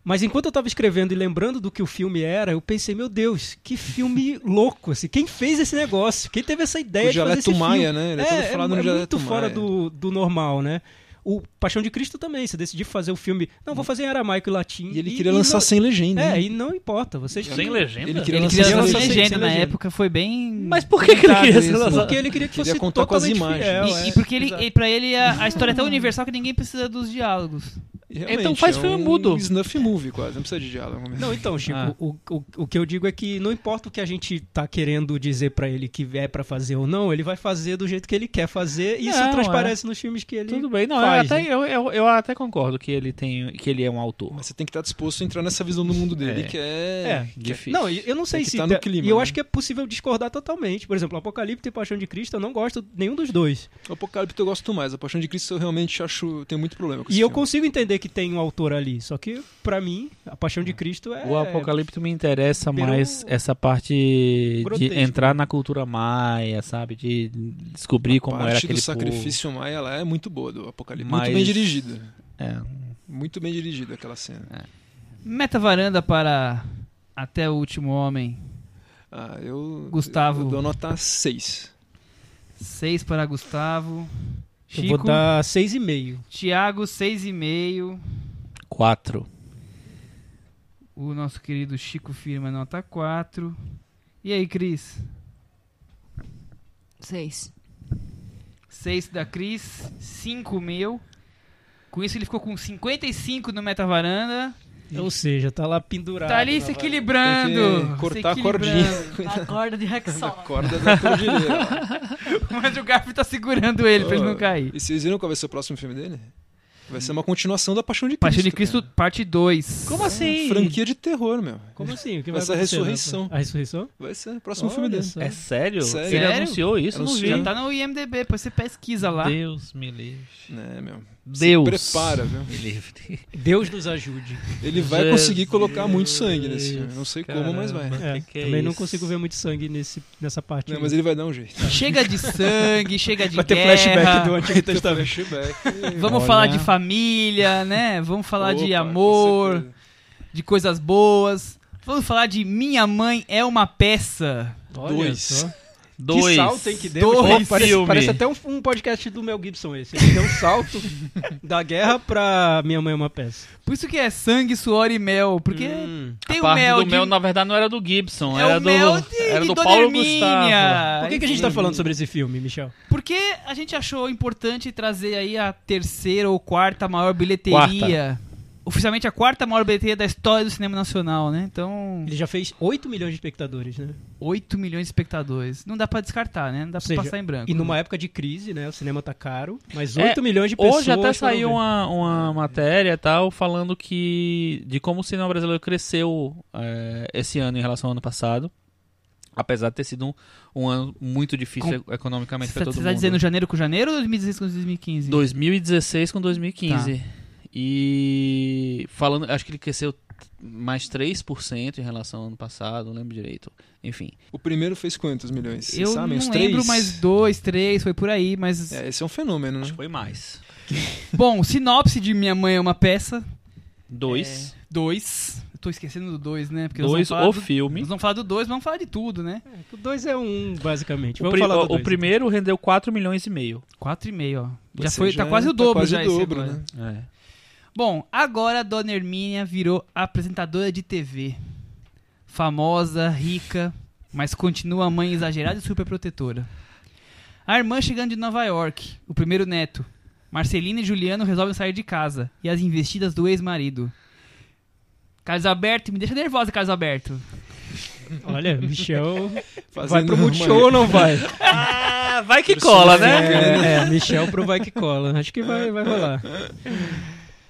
S4: Mas enquanto eu tava escrevendo e lembrando do que o filme era, eu pensei, meu Deus, que filme [laughs] louco, assim. Quem fez esse negócio? Quem teve essa ideia
S3: O
S4: de fazer esse
S3: Jaleto Maia,
S4: filme?
S3: né? Ele é
S4: é,
S3: todo falado
S4: é,
S3: no
S4: é
S3: Jaleto
S4: muito fora
S3: Maia.
S4: do, do normal, né? O Paixão de Cristo também, você decidiu fazer o filme... Não, vou fazer em aramaico e latim.
S3: Hum. E ele queria
S4: e
S3: lançar assim, né?
S4: não-
S3: sem legenda.
S4: É,
S3: hein?
S4: e não importa, vocês...
S5: Sem legenda?
S3: Ele queria
S2: Ele
S3: lançar
S2: queria
S3: sem
S4: lançar
S2: ser
S4: sem
S3: legenda.
S2: legenda na
S4: legenda.
S2: época, foi bem.
S5: Mas por que, que ele queria ser
S3: isso,
S5: lançado?
S4: Porque ele queria que
S3: Queria
S4: fosse
S3: contar com as
S4: totalmente
S3: imagens.
S4: fiel,
S2: E,
S4: é.
S2: e porque ele,
S4: Exato.
S2: e pra ele a, a história é tão universal que ninguém precisa dos diálogos.
S3: Realmente,
S5: Então faz
S3: é
S5: filme
S3: um
S5: mudo.
S3: Snuff movie quase, não precisa de diálogo. mesmo.
S4: Não, então, Chico,
S5: Ah.
S4: o, o, o que eu digo é que não importa o que a gente tá querendo dizer pra ele que é pra fazer ou não, ele vai fazer do jeito que ele quer fazer e isso
S5: Não, é.
S4: transparece nos filmes que ele
S5: Tudo bem, não,
S4: faz,
S5: eu, até,
S4: né?
S5: eu, eu, eu até concordo que ele, tem, que ele é um autor.
S3: Mas você tem que estar disposto a entrar nessa visão do mundo dele,
S5: É.
S3: que é...
S4: É.
S3: que é-
S5: Difícil.
S4: Não, e eu não sei
S3: que
S4: se
S3: tá
S4: tá-
S3: no clima,
S4: e eu
S3: né?
S4: acho que é possível discordar totalmente. Por exemplo, Apocalipse e Paixão de Cristo, eu não gosto nenhum dos dois.
S3: O Apocalipto eu gosto mais. A Paixão de Cristo eu realmente acho... Tenho muito problema com
S4: E
S3: esse
S4: eu
S3: filme.
S4: consigo entender que tem um autor ali, só que pra mim, a Paixão de Cristo é
S5: O Apocalipse me interessa
S4: Virou
S5: mais essa parte
S4: grotesco.
S5: de entrar na cultura maia, sabe? De descobrir como
S3: parte
S5: era aquele
S3: do
S5: povo.
S3: sacrifício maia, ela é muito boa do Apocalipse.
S5: Mas-
S3: Muito bem dirigida.
S5: É.
S3: Muito bem dirigida aquela cena.
S2: Meta varanda para Até o Último Homem.
S3: Ah, eu...
S2: Gustavo.
S3: Eu dou nota 6.
S2: 6 para Gustavo.
S4: Eu vou
S2: Chico,
S4: dar 6,5.
S2: Thiago, 6,5.
S5: Quatro.
S2: O nosso querido Chico Firma, nota 4. E aí, Cris?
S6: Seis.
S2: 6 da Cris, 5 meu. Com isso ele ficou com 55 no Meta Varanda.
S4: Ou seja, tá lá pendurado.
S2: Tá ali
S4: na
S2: se
S4: varanda.
S2: equilibrando.
S3: Tem que cortar
S2: se
S3: a
S2: equilibrando.
S6: A corda de Rexol.
S3: Corda da cordilheira. lá.
S2: [laughs] Mas o Garfo tá segurando [laughs] ele pra ele não
S3: Oh.
S2: cair.
S3: E vocês viram qual vai ser o próximo filme dele? Vai ser uma continuação da Paixão de Cristo.
S2: Paixão de
S3: cara.
S2: Cristo, parte 2.
S5: Como assim?
S3: É Franquia de terror, meu.
S2: é?
S4: Como assim? O que
S3: Essa
S4: vai acontecer,
S3: ressurreição.
S4: Rafa? A ressurreição?
S3: Vai ser o próximo
S4: Olha
S3: filme dele.
S4: só.
S5: É sério?
S3: Sério?
S5: Ele
S2: Sério?
S5: anunciou isso? Não
S3: Anunciou.
S5: vi.
S2: Já tá no IMDB, depois você pesquisa lá.
S5: Deus me livre.
S3: É, meu.
S5: Deus.
S3: Prepara, viu?
S5: Me livre.
S4: Deus nos ajude.
S3: Ele vai
S5: Jesus.
S3: conseguir colocar muito sangue nesse filme. Não sei como, mas vai.
S5: Caramba.
S4: [laughs] É,
S5: Que que é
S4: também não
S5: isso?
S4: consigo ver muito sangue nesse, nessa parte. né?
S3: Não, mas ele vai dar um jeito.
S2: Chega de sangue, chega de
S4: Vai ter
S2: guerra.
S4: flashback do
S5: tá
S4: Antigo
S3: um
S4: Testamento.
S3: Flashback.
S2: Vamos
S5: Olha.
S2: falar de família, né? Vamos falar
S3: Opa,
S2: de
S3: com
S2: amor,
S3: certeza.
S2: de coisas boas. Vamos falar de Minha Mãe é uma Peça.
S4: Olha
S3: Dois.
S4: só.
S5: Dois.
S4: Que salto, hein, que deu.
S5: Dois
S4: Pô, parece,
S5: filme.
S4: parece até um, um podcast do Mel Gibson esse. Ele deu um salto [laughs] da guerra pra Minha Mãe é uma Peça.
S2: Por isso que é sangue, suor e mel. Porque
S4: Hum.
S5: A
S2: tem o
S5: parte
S2: mel.
S5: do
S2: de-
S5: mel, na verdade, não era do Gibson.
S2: é
S5: era
S2: o
S5: do,
S2: mel de,
S5: era
S2: de
S5: do
S2: Dona
S5: Paulo Gustavo.
S2: Hermínia.
S4: Por que, que a gente tá falando sobre esse filme, Michel?
S2: Porque a gente achou importante trazer aí a terceira ou quarta maior bilheteria. Oficialmente a quarta maior bilheteria da história do cinema nacional, né? Então,
S4: Ele já fez 8 milhões de espectadores, né?
S2: 8 milhões de espectadores. Não dá pra descartar, né? Não dá pra
S4: seja,
S2: passar em branco.
S4: E numa época de crise, né? O cinema tá caro, mas
S5: É,
S4: 8 milhões de pessoas.
S5: Hoje até
S4: foram
S5: saiu
S4: ver.
S5: uma, uma matéria e tal falando que de como o cinema brasileiro cresceu é, esse ano em relação ao ano passado. Apesar de ter sido um, um ano muito difícil economicamente
S2: Você tá,
S5: para todo
S2: você
S5: mundo.
S2: tá dizendo janeiro com janeiro ou 2016 com 2015?
S5: 2016 com 2015. E falando, acho que ele cresceu mais 3% em relação ao ano passado, não lembro direito. Enfim.
S3: O primeiro fez quantos milhões? Vocês
S2: Eu
S3: sabem? Uns
S2: não
S3: três?
S2: lembro, mas dois, três, foi por aí, mas...
S3: É, esse é um fenômeno, né?
S5: Acho que foi mais.
S2: Bom, sinopse de Minha Mãe é uma Peça.
S5: Dois.
S2: Dois. Eu tô esquecendo do dois, né? É, Porque nós
S5: dois,
S2: vamos falar
S5: o
S2: do-
S5: filme.
S2: Nós vamos falar do dois, mas vamos falar de tudo, né?
S4: O 2 é um, basicamente.
S5: O,
S4: Vamos
S5: pri-
S4: falar do
S5: o- o
S4: dois, então.
S5: primeiro rendeu 4 milhões e meio.
S2: 4,5, ó.
S3: Ou
S2: Já foi,
S3: seja,
S2: tá quase o dobro
S3: quase
S2: já
S3: o
S2: esse
S3: dobro,
S2: agora.
S3: né?
S5: É.
S2: Bom, agora a Dona Hermínia virou apresentadora de TV. Famosa, rica, mas continua a mãe exagerada e superprotetora. A irmã chegando de Nova York, o primeiro neto. Marcelina e Juliano resolvem sair de casa e as investidas do ex-marido. Carlos Alberto, me deixa nervosa, Carlos Alberto.
S4: então. Olha,
S5: [laughs]
S4: Michel vai
S3: Fazendo
S4: pro
S3: uma-
S4: Multishow ou não vai?
S5: Ah, vai que cola, né?
S4: É, é, Michel pro Vai Que Cola. Acho que vai, vai rolar.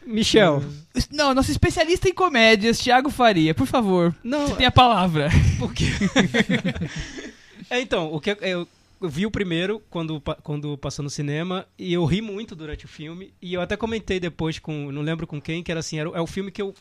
S4: Michel.
S5: É.
S2: Não, nosso especialista em comédias, Thiago Faria, por favor,
S4: Não,
S2: você tem a palavra.
S4: [laughs] é, então, o que eu, eu vi o primeiro quando, pa- quando passou no cinema e eu ri muito durante o filme. E eu até comentei depois com, não lembro com quem, que era assim, era, o- é o filme que eu,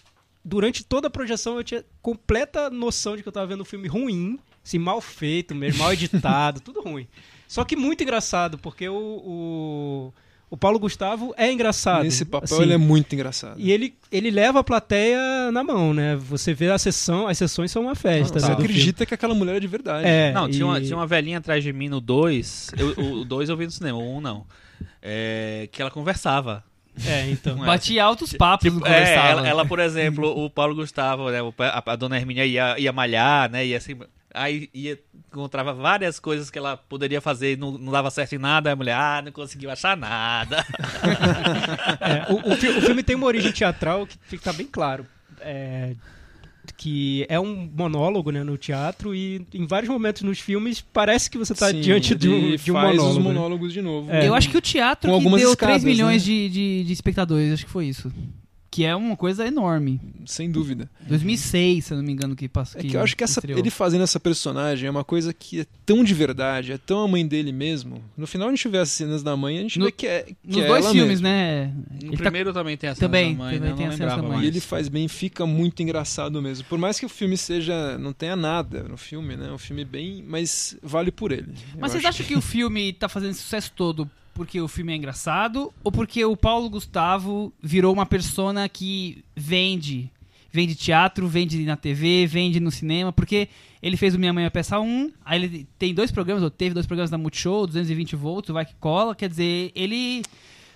S4: durante toda a projeção, eu tinha completa noção de que eu tava vendo um filme ruim, assim, mal feito mesmo, mal editado, [laughs] tudo ruim. Só que muito engraçado, porque o, o, o Paulo Gustavo é engraçado.
S3: Nesse papel
S4: assim.
S3: ele é muito engraçado.
S4: E ele, ele leva a plateia na mão, né? Você vê a sessão, as sessões são uma festa.
S3: Você
S4: né, do filme.
S3: acredita que aquela mulher é de verdade.
S4: É,
S5: Não, tinha, uma,
S4: e-
S5: tinha uma velhinha atrás de mim no 2. O 2 eu vi no cinema, o 1 um não. É, que ela conversava.
S4: É, então.
S5: Não é?
S2: Batia altos papos no
S5: É,
S2: conversava.
S5: ela, ela, por exemplo, o Paulo Gustavo, né, o pa- a, a dona Hermínia ia, ia malhar, né? Ia assim, aí ia, encontrava várias coisas que ela poderia fazer e não, não dava certo em nada. Aí A mulher, ah, não conseguiu achar nada.
S4: É, o, o fi- o filme tem uma origem teatral que fica tá bem claro. É, que é um monólogo né, no teatro e em vários momentos nos filmes parece que você está
S3: Sim,
S4: diante de um,
S3: ele
S4: de um
S3: faz
S4: monólogo.
S3: os
S4: né?
S3: monólogos de novo.
S4: É.
S2: Eu acho que o teatro
S3: Com
S2: que deu
S3: algumas
S2: 3
S3: escadas,
S2: milhões
S3: né?
S2: de, de, de espectadores, acho que foi isso. Que é uma coisa enorme.
S3: Sem dúvida.
S2: 2006, se eu não me engano, que passou.
S3: É que eu acho que essa-
S2: estreou.
S3: ele fazendo essa personagem é uma coisa que é tão de verdade, é tão a mãe dele mesmo. No final a gente vê as cenas da mãe, a gente
S2: No-
S3: vê que é, que
S2: Nos
S3: é
S2: dois
S3: ela
S2: filmes,
S3: mesmo.
S2: né? Ele
S5: No
S2: tá-
S5: primeiro também tem a cena
S2: Também,
S5: da mãe,
S2: também
S5: né? Eu
S2: tem
S5: não
S2: a cena da
S5: lembrava
S2: mãe.
S5: mais.
S3: E ele faz bem, fica muito engraçado mesmo. Por mais que o filme seja. não tenha nada no filme, né? É um filme bem. mas vale por ele. Eu
S2: Mas vocês
S3: acho
S2: acham que o filme tá fazendo esse sucesso todo porque o filme é engraçado ou porque o Paulo Gustavo virou uma persona que vende? Vende teatro, vende na TV, vende no cinema, porque ele fez o Minha Mãe é Peça 1, aí ele tem dois programas, ou teve dois programas da Multishow, 220 volts, o Vai Que Cola, quer dizer, ele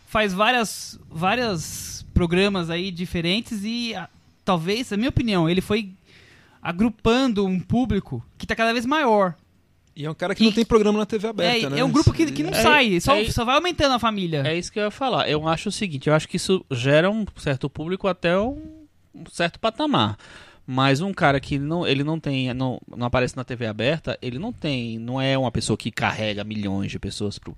S2: faz várias, várias programas aí diferentes e ah, talvez, na minha opinião, ele foi agrupando um público que tá cada vez maior.
S3: E é um cara que
S2: E-
S3: não tem programa na TV aberta,
S2: É,
S3: né?
S2: é um grupo que, que não
S5: É,
S2: sai, só,
S5: é-
S2: só vai aumentando a família.
S5: É isso que eu ia falar. Eu acho o seguinte, eu acho que isso gera um certo público até um, um certo patamar. Mas um cara que não, ele não tem, não, não aparece na TV aberta, ele não tem, não é uma pessoa que carrega milhões de pessoas pro,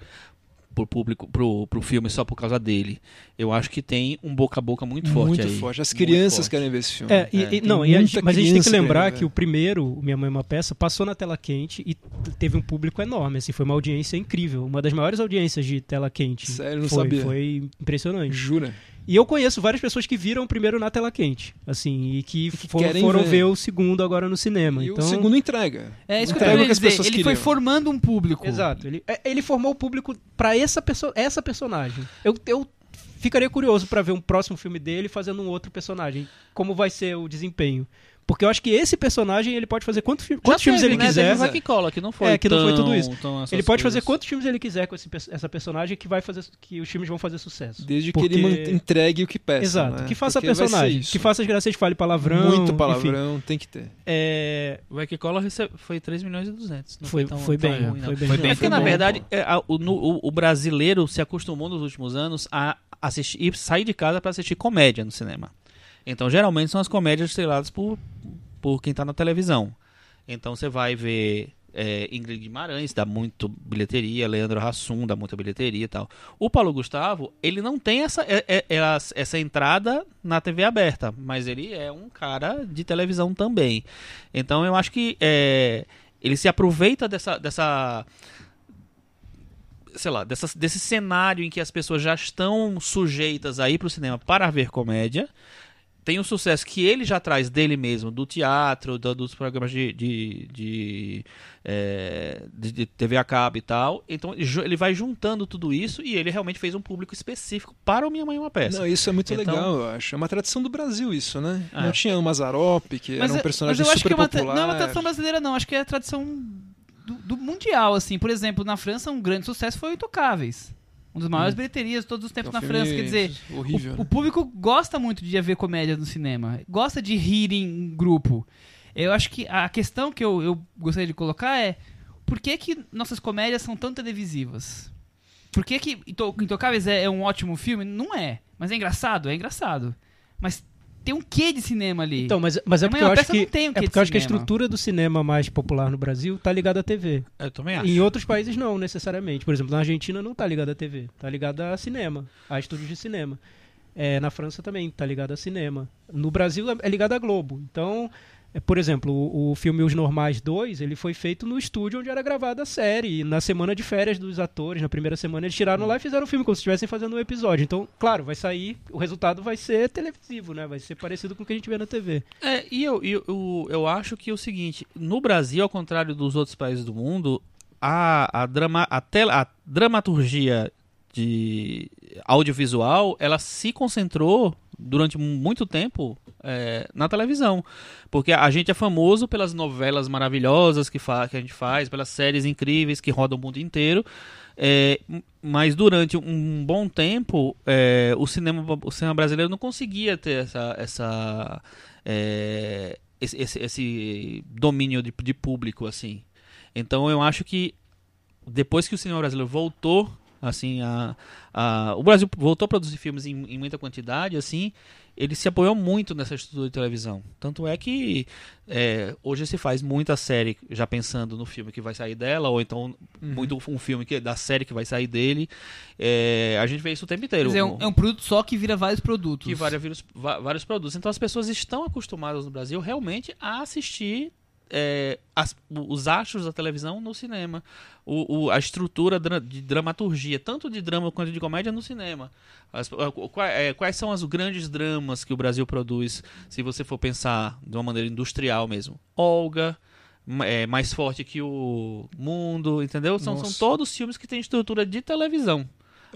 S5: pro público, pro, pro filme só por causa dele. Eu acho que tem um boca a boca
S2: é
S5: muito forte
S3: Muito
S5: aí.
S3: forte. As
S5: Muito
S3: crianças
S5: forte.
S3: querem ver esse filme.
S4: É, e- e-
S5: tem
S4: não, e a
S3: né? muita
S4: gente- mas a gente tem que
S3: criança né?
S4: lembrar
S3: querendo
S4: que
S3: ver.
S4: o primeiro, o Minha Mãe é uma Peça, passou na tela quente e t- teve um público enorme. Assim, foi uma audiência incrível. Uma das maiores audiências de tela quente.
S3: Sério, não
S4: foi,
S3: sabia.
S4: Foi impressionante.
S3: Jura?
S4: E eu conheço várias pessoas que viram o primeiro na tela quente, assim, e que,
S3: que
S4: foram,
S3: querem
S4: foram
S3: ver.
S4: ver. o segundo agora no cinema.
S3: E
S4: então,
S3: o segundo entrega.
S2: É isso que eu
S3: Entrega
S2: quero
S3: então, o que as
S2: dizer. Ele
S3: pessoas
S2: foi
S3: queriam.
S2: formando um público.
S4: Exato. Ele, é, ele formou o público pra essa, perso essa personagem. Eu, eu ficaria curioso pra ver um próximo filme dele fazendo um outro personagem. Como vai ser o desempenho. Porque eu acho que esse personagem ele pode fazer quantos, fi-
S5: Já
S4: quantos filmes
S5: teve,
S4: ele
S5: né?
S4: quiser.
S5: Teve Vai que cola, que não foi
S4: É, que não foi
S5: tão-
S4: tudo isso.
S5: tão essas
S4: Ele pode
S5: coisas.
S4: fazer quantos filmes ele quiser com esse pe- essa personagem que vai fazer su- que os filmes vão fazer sucesso.
S3: Desde
S4: Porque-
S3: que ele mant- entregue o que peça.
S4: Exato.
S3: né?
S4: Que faça
S3: Porque vai ser
S4: personagem.
S3: isso.
S4: Que faça as graças, fale palavrão.
S3: Muito
S4: enfim.
S3: palavrão, tem que ter.
S4: É,
S5: O Vai que cola rece- foi 3 milhões e 200. Não
S4: Foi-
S5: foi, tão,
S4: foi
S5: tão
S4: bem,
S5: ruim, não.
S4: foi bem. Foi bem,
S5: é porque,
S4: foi
S5: na
S4: bom,
S5: verdade, é, a- o, no- o- o brasileiro se acostumou nos últimos anos a assistir, ir- sair de casa pra assistir comédia no cinema. Então, geralmente, são as comédias estreladas por, por quem tá na televisão. Então, você vai ver é, Ingrid Guimarães, dá muito bilheteria, Leandro Hassum, dá muita bilheteria e tal. O Paulo Gustavo, ele não tem essa, é- é- é a- essa entrada na TV aberta, mas ele é um cara de televisão também. Então eu acho que é, ele se aproveita dessa. dessa sei lá, dessa- desse cenário em que as pessoas já estão sujeitas a ir para o cinema para ver comédia. Tem o sucesso que ele já traz dele mesmo, do teatro, do- dos programas de, de, de, é, de- de TV a cabo e tal. Então ju- ele vai juntando tudo isso e ele realmente fez um público específico para o Minha Mãe é uma Peça.
S3: Não, isso é muito
S5: Então-
S3: legal, eu acho. É uma tradição do Brasil isso, né?
S5: É.
S4: Ah.
S3: Não tinha o Mazarope, que era um
S2: eu-
S3: personagem
S2: mas eu acho que
S3: super
S2: é uma tra-
S3: popular.
S2: Não é uma tradição brasileira, não. Acho que é a tradição do, do mundial, assim. Por exemplo, na França, um grande sucesso foi o Intocáveis. Um dos maiores bilheterias de todos os
S3: É
S2: tempos
S3: um
S2: na
S3: filme
S2: França. Quer dizer,
S3: Horrível.
S2: O, o
S3: né?
S2: público gosta muito de ver comédia no cinema. Gosta de rir em grupo. Eu acho que a questão que eu, eu gostaria de colocar é por que, que nossas comédias são tão televisivas? Por que, que Into- Intocáveis é, é um ótimo filme? Não é. Mas é engraçado? É engraçado. Mas tem um quê de cinema ali?
S4: Então, mas, mas é
S2: Minha
S4: porque
S2: Mãe
S4: eu
S2: é uma
S4: acho
S2: Peça
S4: que
S2: não tem o
S4: é
S2: quê de
S4: porque eu acho que a
S2: cinema.
S4: estrutura do cinema mais popular no Brasil tá ligada à TV.
S5: Eu também acho.
S4: Em outros países não necessariamente. Por exemplo, na Argentina não tá ligada à TV, tá ligada a cinema, a estúdios de cinema. É, na França também tá ligada a cinema. No Brasil é- é ligada à Globo. Então, é, por exemplo, o, o filme Os Normais 2, ele foi feito no estúdio onde era gravada a série. E na semana de férias dos atores, na primeira semana, eles tiraram lá e fizeram o filme como se estivessem fazendo um episódio. Então, claro, vai sair, o resultado vai ser televisivo, né? Vai ser parecido com o que a gente vê na TV.
S5: É, e eu, e eu, eu acho que é o seguinte: no Brasil, ao contrário dos outros países do mundo, a- a, a, drama, a, tela, a dramaturgia de audiovisual ela se concentrou durante muito tempo é, na televisão porque a gente é famoso pelas novelas maravilhosas que, fa que a gente faz pelas séries incríveis que rodam o mundo inteiro é, m- mas durante um bom tempo é, o cinema o cinema brasileiro não conseguia ter essa, essa é, esse, esse- esse domínio de, de público assim então eu acho que depois que o cinema brasileiro voltou assim a, a- o Brasil voltou a produzir filmes em, em muita quantidade assim ele se apoiou muito nessa estrutura de televisão tanto é que é, hoje se faz muita série já pensando no filme que vai sair dela ou então
S2: Uhum.
S5: muito um filme que da série que vai sair dele É, a gente vê isso o tempo
S2: Quer
S5: inteiro
S2: dizer, é um, é um produto só que vira vários produtos.
S5: que vários, vírus- va- vários produtos. Então as pessoas estão acostumadas no Brasil realmente a assistir é, as- os astros da televisão no cinema. O- o- a estrutura dra- de dramaturgia, tanto de drama quanto de comédia, no cinema. As- a- o- qua- é, quais são os grandes dramas que o Brasil produz, se você for pensar de uma maneira industrial mesmo? Olga. ma- é, mais forte que o mundo, entendeu? São, são
S3: Nossa.
S5: todos filmes que têm estrutura de televisão.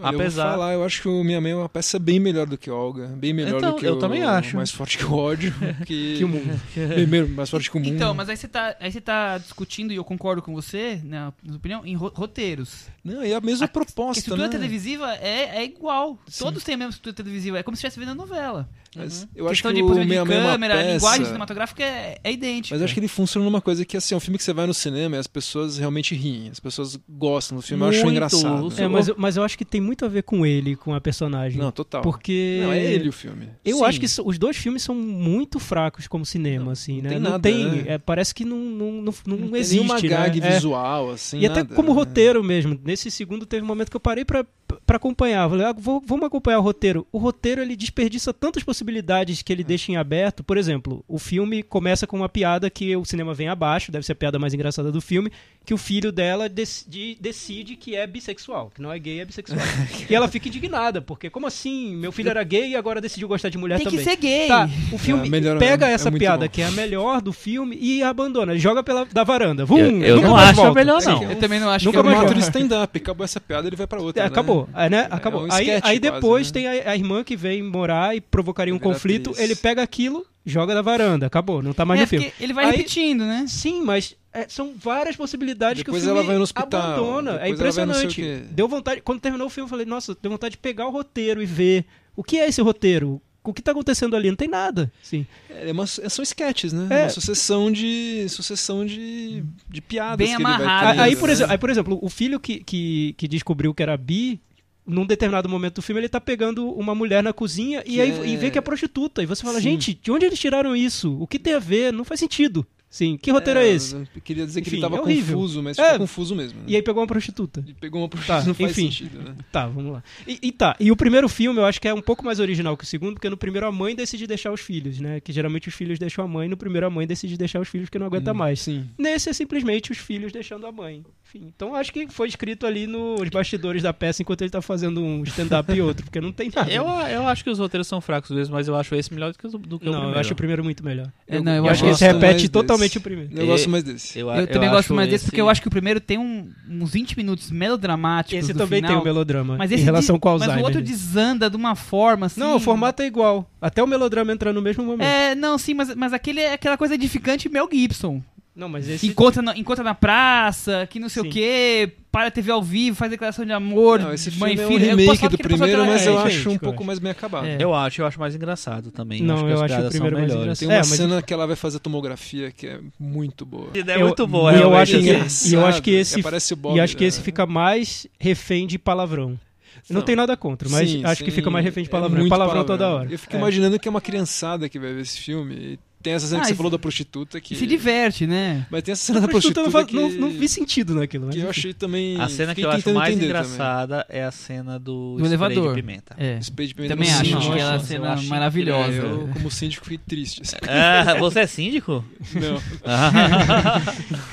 S3: Olha,
S5: Apesar-
S3: Eu vou falar, eu acho que o Minha Mãe é uma peça bem melhor do que Olga. Bem melhor
S5: Então,
S3: do que
S5: eu
S3: o-
S5: também acho.
S3: Mais forte que o ódio. Que,
S4: Que o mundo.
S3: [laughs] Bem melhor, mais forte que o mundo.
S2: Então, mas aí você, tá, aí você tá discutindo, e eu concordo com você, né, na minha opinião, em ro- roteiros.
S3: Não, e a mesma
S2: A
S3: proposta,
S2: estrutura
S3: né?
S2: televisiva é, é igual.
S3: Sim.
S2: Todos têm a mesma estrutura televisiva. É como se estivesse vendo a novela.
S3: Mas eu acho que
S2: questão de
S3: o
S2: posicionamento
S3: Minha
S2: de
S3: Mãe é uma
S2: câmera,
S3: peça...
S2: linguagem cinematográfica é, é idêntica.
S3: Mas eu acho que ele funciona numa coisa que, assim, é um filme que você vai no cinema e as pessoas realmente riem. As pessoas gostam do filme, eu acho
S5: Muito.
S3: engraçado.
S5: É,
S4: É, mas, eu- mas eu acho que tem muito a ver com ele, com a personagem.
S3: Não, total.
S4: Porque.
S3: Não, é ele o filme.
S4: Eu
S5: Sim.
S4: acho que so- os dois filmes são muito fracos como cinema, assim, né?
S3: tem
S4: não
S3: nada,
S4: tem.
S3: né?
S4: é, parece que não, não, não, não,
S3: Não tem
S4: existe.
S3: nenhuma
S4: né?
S3: gag
S4: É.
S3: visual, assim,
S4: E até
S3: nada,
S4: como
S3: né?
S4: roteiro mesmo. Nesse segundo teve um momento que eu parei pra pra acompanhar. Eu Falei, ah, vou- vamos acompanhar o roteiro. O roteiro ele desperdiça tantas possibilidades que ele deixa em aberto. Por exemplo, o filme começa com uma piada que o cinema vem abaixo, deve ser a piada mais engraçada do filme, que o filho dela decide, decide que é bissexual, que não é gay, é bissexual. e ela fica indignada, porque como assim? Meu filho era gay e agora decidiu gostar de mulher
S2: Tem
S4: também.
S2: que ser gay.
S4: Tá, o filme
S3: É, melhor
S4: pega
S3: é- é
S4: essa
S3: muito
S4: piada
S3: bom.
S4: que é a melhor do filme e abandona, joga pela da varanda. Vum,
S5: Eu- eu
S4: nunca
S5: não
S4: mais
S5: acho a
S4: volta.
S5: melhor,
S4: É,
S5: não.
S2: Eu também não acho
S4: Nunca
S2: que
S3: Como
S2: é
S4: mais
S3: um
S2: uma-
S4: joga.
S3: ator stand-up, acabou essa piada, ele vai pra outra.
S4: É,
S3: né?
S4: Acabou, é, né? Acabou.
S3: um
S4: aí,
S3: sketch
S4: aí
S3: quase,
S4: depois
S3: né?
S4: tem a, a irmã que vem morar e provocaria um
S3: Virar
S4: conflito.
S3: atriz.
S4: Ele pega aquilo, joga da varanda, acabou, não tá mais
S2: É,
S4: no filme.
S2: porque ele vai
S4: Aí-
S2: repetindo, né?
S4: Sim, mas é, são várias possibilidades
S3: Depois
S4: que o filme
S3: ela vai no hospital,
S4: abandona. É
S3: depois ela vai não sei o
S4: impressionante.
S3: quê.
S4: Deu vontade. Quando terminou o filme, eu falei, nossa, deu vontade de pegar o roteiro e ver o que é esse roteiro. O que tá acontecendo ali? Não tem nada. Sim.
S3: É uma- são sketches, né?
S4: É.
S3: Uma sucessão de. sucessão de, de piadas.
S2: Bem
S3: que ele vai
S2: amarrada.
S3: tendo,
S4: aí, por
S3: né?
S4: exemplo, aí, por exemplo, o filho que, que, que descobriu que era bi, num determinado momento do filme, ele tá pegando uma mulher na cozinha e,
S3: Que
S4: aí,
S3: é-
S4: e vê que é prostituta. E você fala,
S3: Sim.
S4: gente, de onde eles tiraram isso? O que tem a ver? Não faz sentido. Sim, que roteiro é, esse?
S3: Eu queria dizer que
S4: Enfim,
S3: ele tava
S4: é horrível.
S3: confuso, mas
S4: É.
S3: ficou confuso mesmo. né?
S4: E aí pegou uma prostituta.
S3: Ele pegou uma
S4: Tá,
S3: prostituta, não faz
S4: enfim.
S3: sentido, né?
S4: Tá, vamos lá. E, e tá, e o primeiro filme eu acho que é um pouco mais original que o segundo, porque no primeiro a mãe decide deixar os filhos, né? Que geralmente os filhos deixam a mãe, no primeiro a mãe decide deixar os filhos porque não aguenta mais.
S3: Sim.
S4: Nesse é simplesmente os filhos deixando a mãe. Enfim, então acho que foi escrito ali nos bastidores da peça enquanto ele tá fazendo um stand-up e outro, porque não tem nada.
S5: Eu, eu acho que os roteiros são fracos mesmo, mas eu acho esse melhor do que, o- do
S3: é
S5: que o
S4: Não,
S5: primeiro.
S4: eu acho o primeiro muito melhor.
S2: É, não, eu
S4: Eu, acho
S2: acho
S4: que
S2: que
S4: esse
S3: gosto mais
S4: repete
S3: desse.
S4: totalmente o primeiro.
S3: Eu
S5: E-
S3: gosto mais desse.
S5: Eu,
S2: É, Eu também gosto
S5: acho
S2: mais desse porque
S5: esse-
S2: eu acho que o primeiro tem um- uns 20 minutos melodramáticos.
S4: Esse
S2: Tipo, do
S4: também
S2: final,
S4: tem o melodrama
S2: mas
S4: em
S2: esse
S4: relação
S2: de-
S4: com o Alzheimer.
S2: Mas o outro desanda de uma forma assim.
S4: Não, o formato é igual. Até o melodrama entra no mesmo momento.
S2: É, não, sim, mas, mas aquele é aquela coisa edificante Mel Gibson.
S4: Não, mas esse
S2: Encontra, na, encontra na praça, que não sei
S4: Sim.
S2: o quê, para a TV ao vivo, faz declaração de amor,
S3: Não, esse
S2: mãe
S3: filme
S2: e
S3: é um
S2: filho. Eu posso
S3: remake
S2: falar
S3: do
S2: que ele passou
S3: primeiro,
S2: pela-
S3: mas
S2: é,
S3: eu
S4: gente,
S3: acho um
S4: eu
S3: pouco
S4: acho.
S3: mais bem acabado.
S2: É.
S5: Eu acho, eu acho mais engraçado também.
S4: Não,
S5: acho que
S4: eu
S5: as
S4: acho o
S5: piadas
S4: primeiro
S5: são
S4: mais
S5: melhores.
S3: Tem
S4: É,
S3: uma
S4: mas-
S3: cena que ela vai fazer tomografia que é muito boa.
S5: Ideia
S4: Eu-
S5: muito boa,
S4: e eu
S5: realmente,
S4: acho que-
S5: assim.
S4: e eu acho que esse-
S3: Engraçado, aparece o Bob,
S4: E acho que
S3: né?
S4: esse fica mais refém de palavrão. Não,
S3: Não.
S4: tem nada contra, mas
S3: Sim,
S4: acho que
S3: sim,
S4: fica mais refém de
S3: é
S4: palavrão.
S3: muito
S4: palavrão, toda hora.
S3: Eu fico
S4: É.
S3: imaginando que é uma criançada que vai ver esse filme. E tem essa cena
S2: Ah,
S3: que você
S2: e-
S3: falou da prostituta que.
S2: Se diverte, né?
S3: Mas tem essa cena da
S4: Prostituta
S3: prostituta.
S4: não, fa-
S3: que...
S4: não, não vi sentido naquilo. Mas,
S3: que eu
S4: enfim.
S3: achei também.
S5: A cena que
S3: fiquei
S5: eu acho
S3: tentando
S5: mais
S3: entender
S5: engraçada é a cena do,
S2: Do
S5: spray
S2: elevador.
S5: de [laughs] pimenta.
S2: É.
S3: Também. Spray de pimenta
S2: Também
S3: no
S2: acho
S3: síndico.
S2: que ela é uma
S5: Nossa, eu
S2: cena
S5: acho
S2: maravilhosa.
S3: É, eu, como síndico, fiquei triste. assim.
S5: Ah, você é síndico? [laughs] Ah.
S3: Não.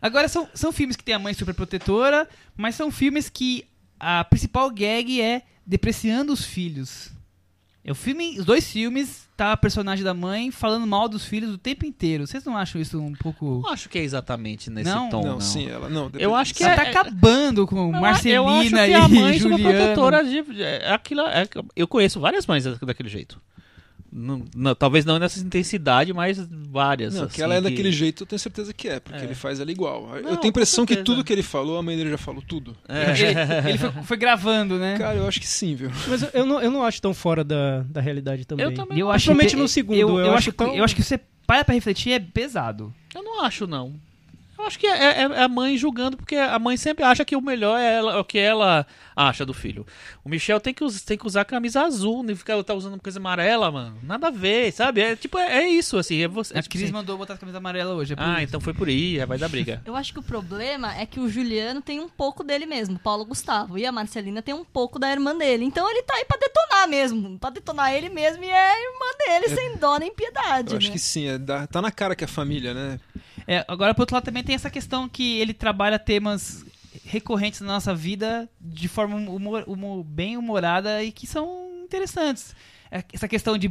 S2: Agora, são, são filmes que tem a mãe superprotetora, mas são filmes que a principal gag é depreciando os filhos. É o filme, os dois filmes, tá a personagem da mãe falando mal dos filhos o tempo inteiro. Vocês não acham isso um pouco.
S5: Não acho que é exatamente nesse
S2: Não?
S5: tom,
S3: não,
S5: não.
S3: sim, ela. Não,
S5: Eu acho que
S2: Ela
S5: é-
S2: tá acabando com
S5: Eu a-
S2: Marcelina
S5: eu acho
S2: [laughs]
S5: que
S2: e
S5: a mãe
S2: Juliano.
S5: protetora de, é, aquilo, é- eu conheço várias mães daquele jeito. Não- não, talvez não nessa intensidade, mas várias.
S3: Não,
S5: assim,
S3: que ela é daquele jeito, eu tenho certeza que é, porque
S5: É.
S3: ele faz ela igual.
S5: Não,
S3: eu tenho
S5: com
S3: a impressão que
S5: certeza.
S3: tudo que ele falou, a mãe dele já falou tudo.
S5: é.
S2: Ele, ele foi, foi gravando, né?
S3: Cara, eu acho que sim, viu?
S4: Mas eu, eu não, eu não acho tão fora da, da realidade também.
S5: Eu também.
S2: E
S5: Eu,
S2: Eu acho
S4: Principalmente
S2: que-
S4: no segundo,
S2: Eu,
S4: eu
S2: eu
S4: acho
S2: acho,
S4: tão-
S2: que, eu acho que você para pra refletir é pesado.
S5: não acho, não. Eu acho que é, é- é a mãe julgando, porque a mãe sempre acha que o melhor é, ela- é o que ela acha do filho. O Michel tem que, us- tem que usar a camisa azul, nem ficar tá usando coisa amarela, mano. Nada a ver, sabe? É tipo, é, é isso, assim. É você, é
S2: A
S5: tipo
S2: Cris
S5: assim,
S2: mandou botar a camisa amarela hoje. É por
S5: Ah,
S2: isso.
S5: então foi por aí, aí vai dar
S2: [laughs]
S5: briga.
S6: Eu acho que o problema é que o Juliano tem um pouco dele mesmo, Paulo Gustavo. E a Marcelina tem um pouco da irmã dele. Então ele tá aí pra detonar mesmo. Pra detonar ele mesmo e é a irmã dele, sem dó nem piedade.
S3: Eu acho
S6: né?
S3: que sim, é da- tá na cara que é família, né?
S2: É, agora, por outro lado, também tem essa questão que ele trabalha temas recorrentes na nossa vida de forma hum, humor- humor- bem humorada e que são interessantes. É, Essa questão de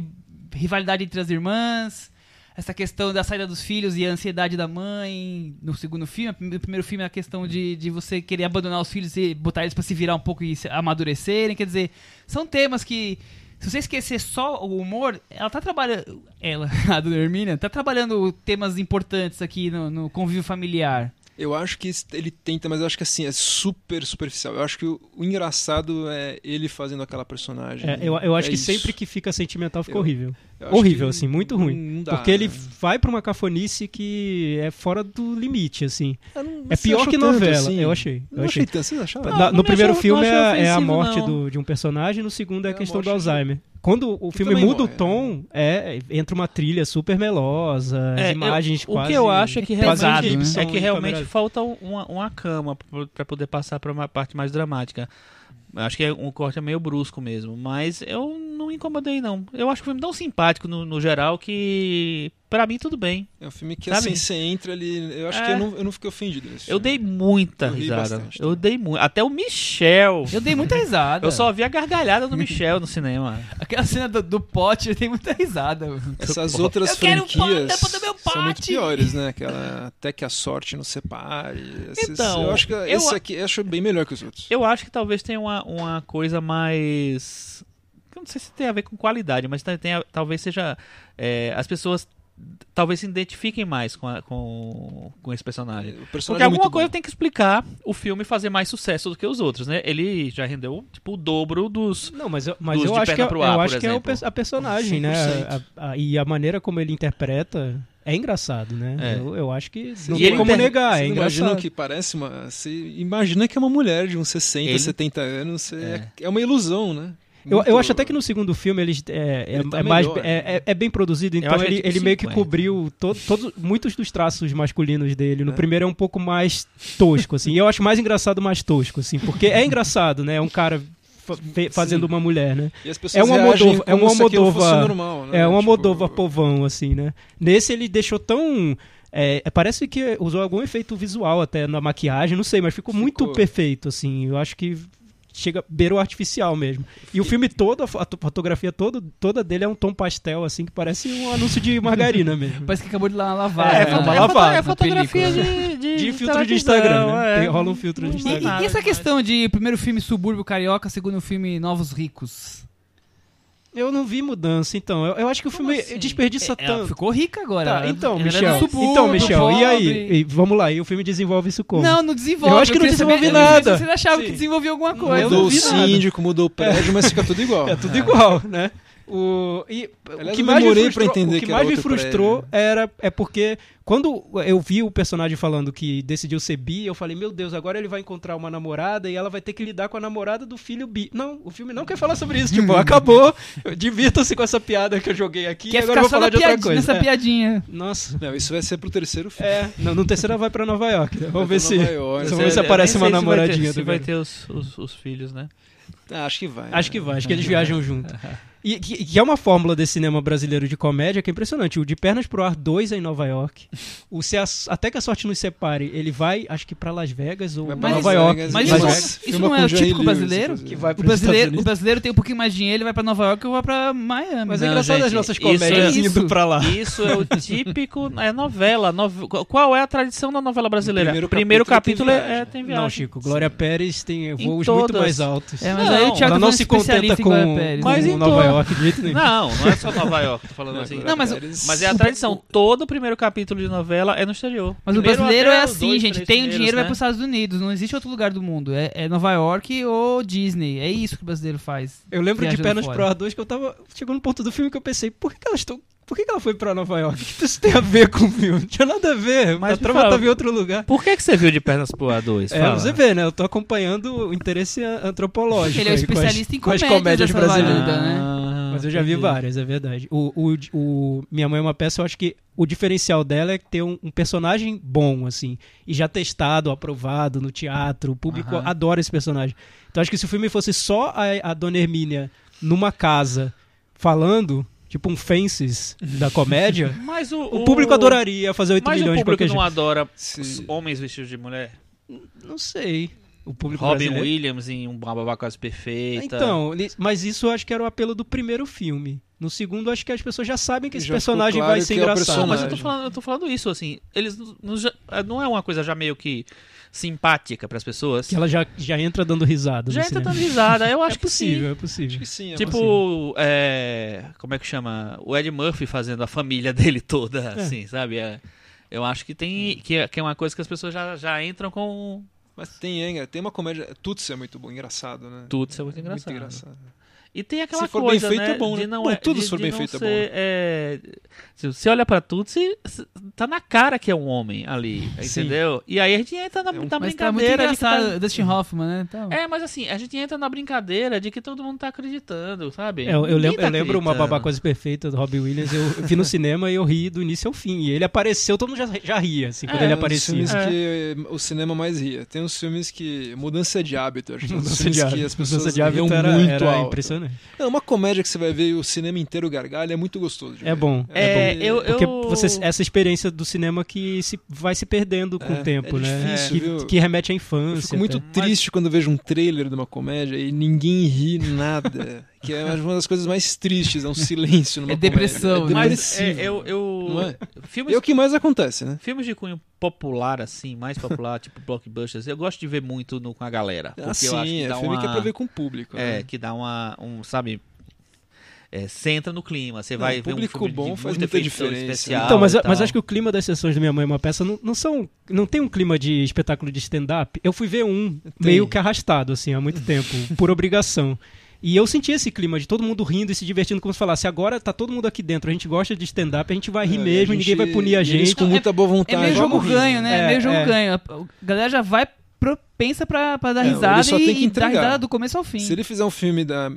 S2: rivalidade entre as irmãs, essa questão da saída dos filhos e a ansiedade da mãe no segundo filme. No primeiro filme, é a questão de, de você querer abandonar os filhos e botar eles pra se virar um pouco e se amadurecerem. Quer dizer, são temas que se você esquecer só o humor, ela tá trabalhando. Ela, [laughs] a dona Hermínia, tá trabalhando temas importantes aqui no, no convívio familiar.
S3: Eu acho que es- ele tenta, mas eu acho que assim, é super superficial. Eu acho que o, o engraçado é ele fazendo aquela personagem.
S4: É, eu, eu acho
S3: É
S4: que
S3: isso.
S4: sempre que fica sentimental fica
S3: Eu-
S4: horrível.
S3: Eu acho
S4: Horrível,
S3: que
S4: assim, muito ruim.
S3: não dá,
S4: Porque ele
S3: né?
S4: vai pra uma cafonice que é fora do limite, assim.
S3: Eu não-
S4: é
S3: você
S4: pior
S3: achou
S4: que
S3: tanto,
S4: novela,
S3: assim?
S4: eu achei. Eu
S3: Não achei,
S4: achei.
S3: tanto, vocês acharam?
S4: Na-
S5: não
S4: no
S5: me
S4: primeiro
S5: achou-
S4: filme
S5: não achei
S4: é, é a
S5: ofensivo,
S4: morte
S5: não.
S4: do- de um personagem, no segundo é a
S3: Eu
S4: questão do
S3: acho que-
S4: Alzheimer. Quando o filme
S3: também
S4: muda
S3: morre,
S4: o
S3: né?
S4: tom, é, entra uma trilha super melosa,
S5: É,
S4: as imagens
S5: eu-
S4: quase... né?
S5: O que eu acho é que
S4: quase
S2: pesado, né?
S5: realmente,
S4: Gibson
S5: é que
S4: em
S5: realmente
S4: câmera-
S5: falta uma, uma cama para poder passar para uma parte mais dramática. Acho que é um corte meio brusco mesmo, mas eu não me incomodei não. Eu acho que o filme tão simpático no, no geral que pra mim tudo bem.
S3: É um filme que
S5: Sabe?
S3: assim, você entra ali. Eu acho
S5: É.
S3: que eu não, eu não fiquei ofendido nesse
S5: Eu
S3: filme.
S5: dei muita
S3: Eu ri
S5: risada.
S3: bastante
S5: Eu dei muito, até o Michel.
S2: Eu dei
S4: [laughs]
S2: muita risada.
S5: Eu só vi a gargalhada do Michel no cinema.
S2: Aquela cena do, do pote, eu dei muita risada.
S3: Essas
S5: Porra.
S3: outras
S2: Eu quero um
S3: franquias
S2: pau na tampa do meu
S3: são muito
S2: pote.
S3: piores, né? Aquela até que a sorte nos separe. Esses-
S5: Então,
S3: eu acho que
S5: eu
S3: esse
S5: a-
S3: aqui eu acho bem melhor que os outros.
S5: Eu acho que talvez tenha uma, uma coisa mais. Eu não sei se tem a ver com qualidade, mas tem- tem a- talvez seja. é, as pessoas talvez se identifiquem mais com, a- com, com esse personagem.
S3: O
S5: Porque
S3: personagem é
S5: alguma
S3: muito
S5: coisa
S3: bom.
S5: tem que explicar o filme fazer mais sucesso do que os outros, né? Ele já rendeu, tipo, o dobro dos.
S4: Não, mas eu, mas
S5: Dos
S4: eu
S5: de
S4: acho que,
S5: perna
S4: é-
S5: pro
S4: eu
S5: ar, por
S4: acho que é o
S5: exemplo.
S4: pers- a personagem, né?
S3: 100%.
S4: A- a- e a maneira como ele interpreta é engraçado, né?
S5: É.
S4: Eu, eu acho que
S3: Vocês
S4: não
S5: E
S4: tem
S5: ele
S4: como
S5: inter-
S4: negar, é
S3: Vocês não imaginam
S4: engraçado.
S3: que parece uma. Você imagina que é uma mulher de uns 60,
S5: Ele-
S3: 70 anos. você- É. é uma ilusão, né?
S4: Eu, eu
S3: Muito-
S4: acho até que no segundo filme ele é, é-
S3: Ele tá
S4: é mais,
S3: melhor.
S4: é, é- é bem produzido, então
S5: né? acho que é
S4: ele,
S5: tipo
S4: ele meio que
S5: 50.
S4: cobriu to- todos- muitos dos traços masculinos dele. No
S3: É.
S4: primeiro é um pouco mais tosco, assim. E eu acho mais engraçado mais tosco, assim, porque é engraçado, né? Um cara fa- fe- fazendo
S3: Sim.
S4: uma mulher, né?
S3: E as pessoas
S4: é uma
S3: reagem
S4: Moldova- é
S3: como
S4: uma
S3: se aquilo fosse
S4: Moldova-
S3: normal, né?
S4: É uma
S3: Tipo,
S4: Moldova povão, assim, né? Nesse ele deixou tão. é, parece que usou algum efeito visual até na maquiagem, não sei, mas ficou, muito
S3: Ficou.
S4: perfeito, assim. Eu acho que chega beirou artificial mesmo. E o filme todo, a fo- a fotografia todo, toda dele é um tom pastel, assim, que parece um anúncio de margarina mesmo.
S2: Parece que acabou de la- lavar. né?
S4: É, é uma
S2: Na
S4: lavada
S5: foto- é
S4: na
S5: fotografia
S2: película.
S5: de, de, é.
S4: De filtro de Instagram, né? Tem- rola um filtro de
S5: Não,
S4: Instagram.
S2: E, e essa
S5: Nada
S2: questão de primeiro filme Subúrbio Carioca, segundo filme Novos Ricos?
S4: Eu não vi mudança, então. Eu, eu acho que o
S5: Como
S4: filme
S5: assim?
S4: desperdiça
S2: Ela
S4: tanto.
S2: ficou rica agora. né?
S4: Tá,
S2: Ela-
S4: então,
S2: ela era
S4: Michel.
S2: do subúrbio,
S4: então, Michel, e aí?
S2: pobre.
S4: E vamos lá, e o filme desenvolve isso como?
S2: Não, não desenvolve.
S4: Eu acho que não
S2: queria saber-
S4: desenvolve
S2: eu queria saber
S4: nada.
S2: se Você achava
S4: Sim.
S2: que desenvolvia alguma coisa. Eu
S3: Mudou
S2: não
S3: o
S2: vi nada.
S3: síndico, mudou o prédio, mas fica tudo igual.
S4: É tudo igual, né? O, e,
S3: Aliás,
S4: o que
S3: eu
S4: mais me
S3: demorei pra
S4: frustrou,
S3: entender
S4: o que
S3: que era
S4: mais me
S3: outro
S4: frustrou era é porque quando eu vi o personagem falando que decidiu ser bi, eu falei, meu Deus, agora ele vai encontrar uma namorada e ela vai ter que lidar com a namorada do filho bi. Não, o filme não quer falar sobre isso, tipo, acabou. Divirtam-se com essa piada que eu joguei aqui e
S2: Quer
S4: agora eu
S2: ficar
S4: vou
S2: só
S4: falar
S2: na
S4: de outra
S2: piadinha,
S4: coisa.
S2: nessa
S4: É.
S2: piadinha.
S4: Nossa.
S3: Não, isso vai ser pro terceiro filme.
S4: É, não, no terceiro vai pra Nova York. né? Vamos ver se
S3: Nova York.
S4: vamos ver se
S5: Eu nem
S4: aparece
S5: sei
S4: uma
S5: se vai ter-
S4: namoradinha
S5: Se
S4: do
S5: vai
S4: cara.
S5: ter os, os, os filhos, né?
S3: Ah, acho que vai.
S4: Acho
S3: né?
S4: que vai, acho que eles viajam junto. E que, que é uma fórmula desse cinema brasileiro de comédia que é impressionante. O De Pernas pro Ar 2 é em Nova York. O Se a- Até que a Sorte nos Separe, ele vai, acho que pra Las Vegas ou
S3: Vai pra
S4: Nova
S3: Las
S4: York.
S3: Vegas,
S2: Mas
S4: Las
S2: isso,
S4: Vegas.
S2: isso
S3: Filma
S2: não é
S3: com
S2: o
S3: Jerry
S2: típico
S3: Lewis,
S2: brasileiro?
S3: inclusive.
S4: Que vai
S2: O
S4: pros Estados
S2: brasileiro, o
S4: Unidos.
S2: brasileiro tem um pouquinho mais de dinheiro, ele vai pra Nova York, eu vou pra Miami.
S4: Mas é
S5: Não,
S4: engraçado as
S5: gente,
S4: nossas
S5: isso é-
S4: comédias indo
S2: isso.
S4: pra
S5: [laughs]
S4: lá.
S5: Isso é o típico. É novela. nove- Qual é a tradição da novela brasileira?
S3: O primeiro
S5: capítulo,
S3: capítulo tem
S5: é, é- tem viagem.
S4: Não, Chico, Glória Pérez tem voos muito
S5: todas.
S4: mais altos.
S2: É, mas
S5: Não,
S2: aí o Thiago
S4: Ela
S2: tá
S4: não
S2: falando
S4: se contenta
S2: especialista em
S4: com,
S2: Glória Pérez.
S4: com
S5: Mas em
S4: Nova
S5: todo-
S4: York de jeito nenhum.
S5: Não, não é só Nova York, tô falando assim.
S2: Não, mas o-
S5: Mas é a tradição. Todo o primeiro capítulo de novela é no exterior.
S2: Mas o
S5: Primeiro
S2: brasileiro
S5: até
S2: é
S5: os
S2: assim,
S5: dois,
S2: gente.
S5: três
S2: Tem o dinheiro,
S5: primeiros,
S2: vai pros
S5: né?
S2: Estados Unidos. Não existe outro lugar do mundo. É, é Nova York ou Disney. É isso que o brasileiro faz.
S4: Eu lembro de
S2: Viajando
S4: Pernas
S2: fora.
S4: pro Ar 2 que eu tava. Chegou no ponto do filme que eu pensei, por que, que elas estão. Por que, que ela foi pra Nova York? [laughs] O que isso tem a ver com o filme? Não tinha nada a ver.
S5: Mas,
S4: a trama
S5: por favor.
S4: tava em outro lugar.
S5: Por que, que você viu de pernas pro A2?
S4: É,
S5: Fala.
S4: você vê, né? Eu tô acompanhando o interesse a- antropológico.
S2: Ele é um
S4: aí com as-
S2: especialista em
S4: com as
S2: comédias
S4: comédias
S2: dessa
S4: brasileiras.
S2: varanda. né?
S5: Ah,
S4: Mas eu já vi
S5: entendi.
S4: várias, é verdade. O, o, o Minha Mãe é uma Peça, eu acho que o diferencial dela é ter um, um personagem bom, assim. E já testado, aprovado no teatro. O público
S5: Aham.
S4: adora esse personagem. Então acho que se o filme fosse só a, a Dona Hermínia numa casa falando, tipo um Fences da
S5: [laughs]
S4: comédia,
S5: Mas o,
S4: o público adoraria fazer 8
S5: Mas o
S4: milhões de
S5: público
S4: qualquer
S5: não
S4: jeito.
S5: adora os
S3: Se-
S5: homens vestidos de mulher?
S4: Não sei. O público
S5: Robin
S4: brasileiro...
S5: Williams em Um Babá Quase Perfeita.
S4: Então, li- mas isso eu acho que era o apelo do primeiro filme. No segundo, acho que as pessoas já sabem que esse
S3: Já ficou
S4: personagem
S3: claro
S4: vai ser
S3: que é o
S4: engraçado.
S5: Não, mas eu tô,
S3: personagem.
S5: falando, eu tô falando isso, assim. Eles não- não, já- não é uma coisa já meio que simpática pras pessoas.
S4: Que ela já, já entra dando risada.
S5: Já
S4: no
S5: entra
S4: cinema.
S5: dando risada. Eu acho
S4: É possível, é possível.
S3: Acho que sim, é
S5: que sim.
S3: possível.
S5: Tipo, é, como é que chama? O Ed Murphy fazendo a família [laughs] dele toda, assim, sabe? É, eu acho que tem. Que é, que é uma coisa que as pessoas já, já entram com.
S3: Mas tem, hein, cara? tem uma comédia. Tuts é muito bom, engraçado, né?
S5: Tudo isso é muito engraçado.
S3: Muito engraçado.
S5: E tem aquela
S3: Se for bem
S5: coisa,
S3: feito,
S5: né,
S3: é bom, né?
S5: de não
S3: Bom,
S5: é,
S3: tudo
S5: de-
S3: se for
S5: de
S3: bem
S5: não
S3: feito, é
S5: ser,
S3: bom, né?
S5: é, se você olha pra tudo, se, se- tá na cara que é um homem ali,
S4: Sim.
S5: entendeu? E aí a gente entra
S3: É
S5: na,
S3: um-
S5: na
S2: Mas tá muito
S5: brincadeira de que tá-
S2: engraçado. Dustin Hoffman, né? Então,
S5: É, mas assim, a gente entra na brincadeira de que todo mundo tá acreditando, sabe?
S4: É, eu, eu
S5: Ninguém
S4: lembro,
S5: tá
S4: eu lembro uma
S5: acreditando.
S4: babá quase perfeita do Robbie Williams. Eu vi
S5: [laughs]
S4: no cinema e eu ri do início ao fim. E ele apareceu, todo mundo já, já ria, assim, quando ele
S5: É,
S3: um dos
S4: aparecia.
S3: filmes
S5: É.
S3: que o cinema mais ria. Tem uns filmes que. Mudança de hábito, acho que é um dos
S4: Mudança
S3: filmes
S4: de
S3: que as
S4: hábito.
S3: pessoas
S4: Mudança de hábito
S3: riam
S4: era,
S3: muito
S4: era
S3: alto.
S4: impressionante.
S3: É uma comédia que você vai ver e o cinema inteiro gargalha, é muito gostoso. de
S4: É
S3: ver.
S4: bom,
S5: É,
S3: bom.
S5: eu,
S4: Porque
S5: eu...
S4: você, essa experiência do cinema que se, vai se perdendo com
S3: É,
S4: o tempo,
S3: é
S4: né?
S3: difícil,
S4: que,
S3: viu?
S4: que remete à
S3: Eu
S4: infância.
S3: fico muito
S4: até.
S3: triste quando eu vejo um trailer de uma comédia e ninguém ri nada. que é uma das coisas mais tristes, é um silêncio numa
S2: É depressão,
S3: comédia. É
S2: né?
S5: Mas
S3: depressivo.
S5: é, eu, eu...
S3: Não é?
S5: Filmes,
S3: É o que mais acontece, né?
S5: filmes de cunho popular, assim, mais popular, [laughs] tipo blockbusters, eu gosto de ver muito no, com a galera. Porque
S3: Ah, sim,
S5: eu acho que
S3: é
S5: dá
S3: filme
S5: uma...
S3: que é pra ver com o público.
S5: É,
S3: né?
S5: que dá uma. Um, sabe? É, você entra no clima, você
S3: Não,
S5: vai ver um
S3: público
S5: filme de
S3: bom faz
S5: muito
S3: muita
S5: efeito
S3: diferença.
S5: especial
S4: Então, mas,
S5: e
S4: mas
S5: tal.
S4: acho que o clima das sessões do Minha Mãe é uma Peça não, não são. Não tem um clima de espetáculo de stand-up. Eu fui ver um meio que arrastado, assim, há muito tempo, por obrigação. E eu senti esse clima de todo mundo rindo e se divertindo, como se falasse, agora tá todo mundo aqui dentro, a gente gosta de stand-up, a gente vai rir
S3: É,
S4: mesmo,
S3: a
S4: ninguém vai
S3: gente-
S4: punir
S3: e
S4: a
S3: eles [laughs]
S4: gente.
S3: com
S2: Não,
S3: muita boa
S2: é
S3: vontade.
S2: meio jogo
S3: vamos rir,
S2: ganho, né? É
S4: É,
S2: meio jogo
S4: é.
S2: ganho. A a galera já vai propensa pra, pra dar
S3: É, ele
S2: risada
S3: só tem que
S2: e dar
S3: entregar.
S2: risada do começo ao fim.
S3: Se ele fizer um filme da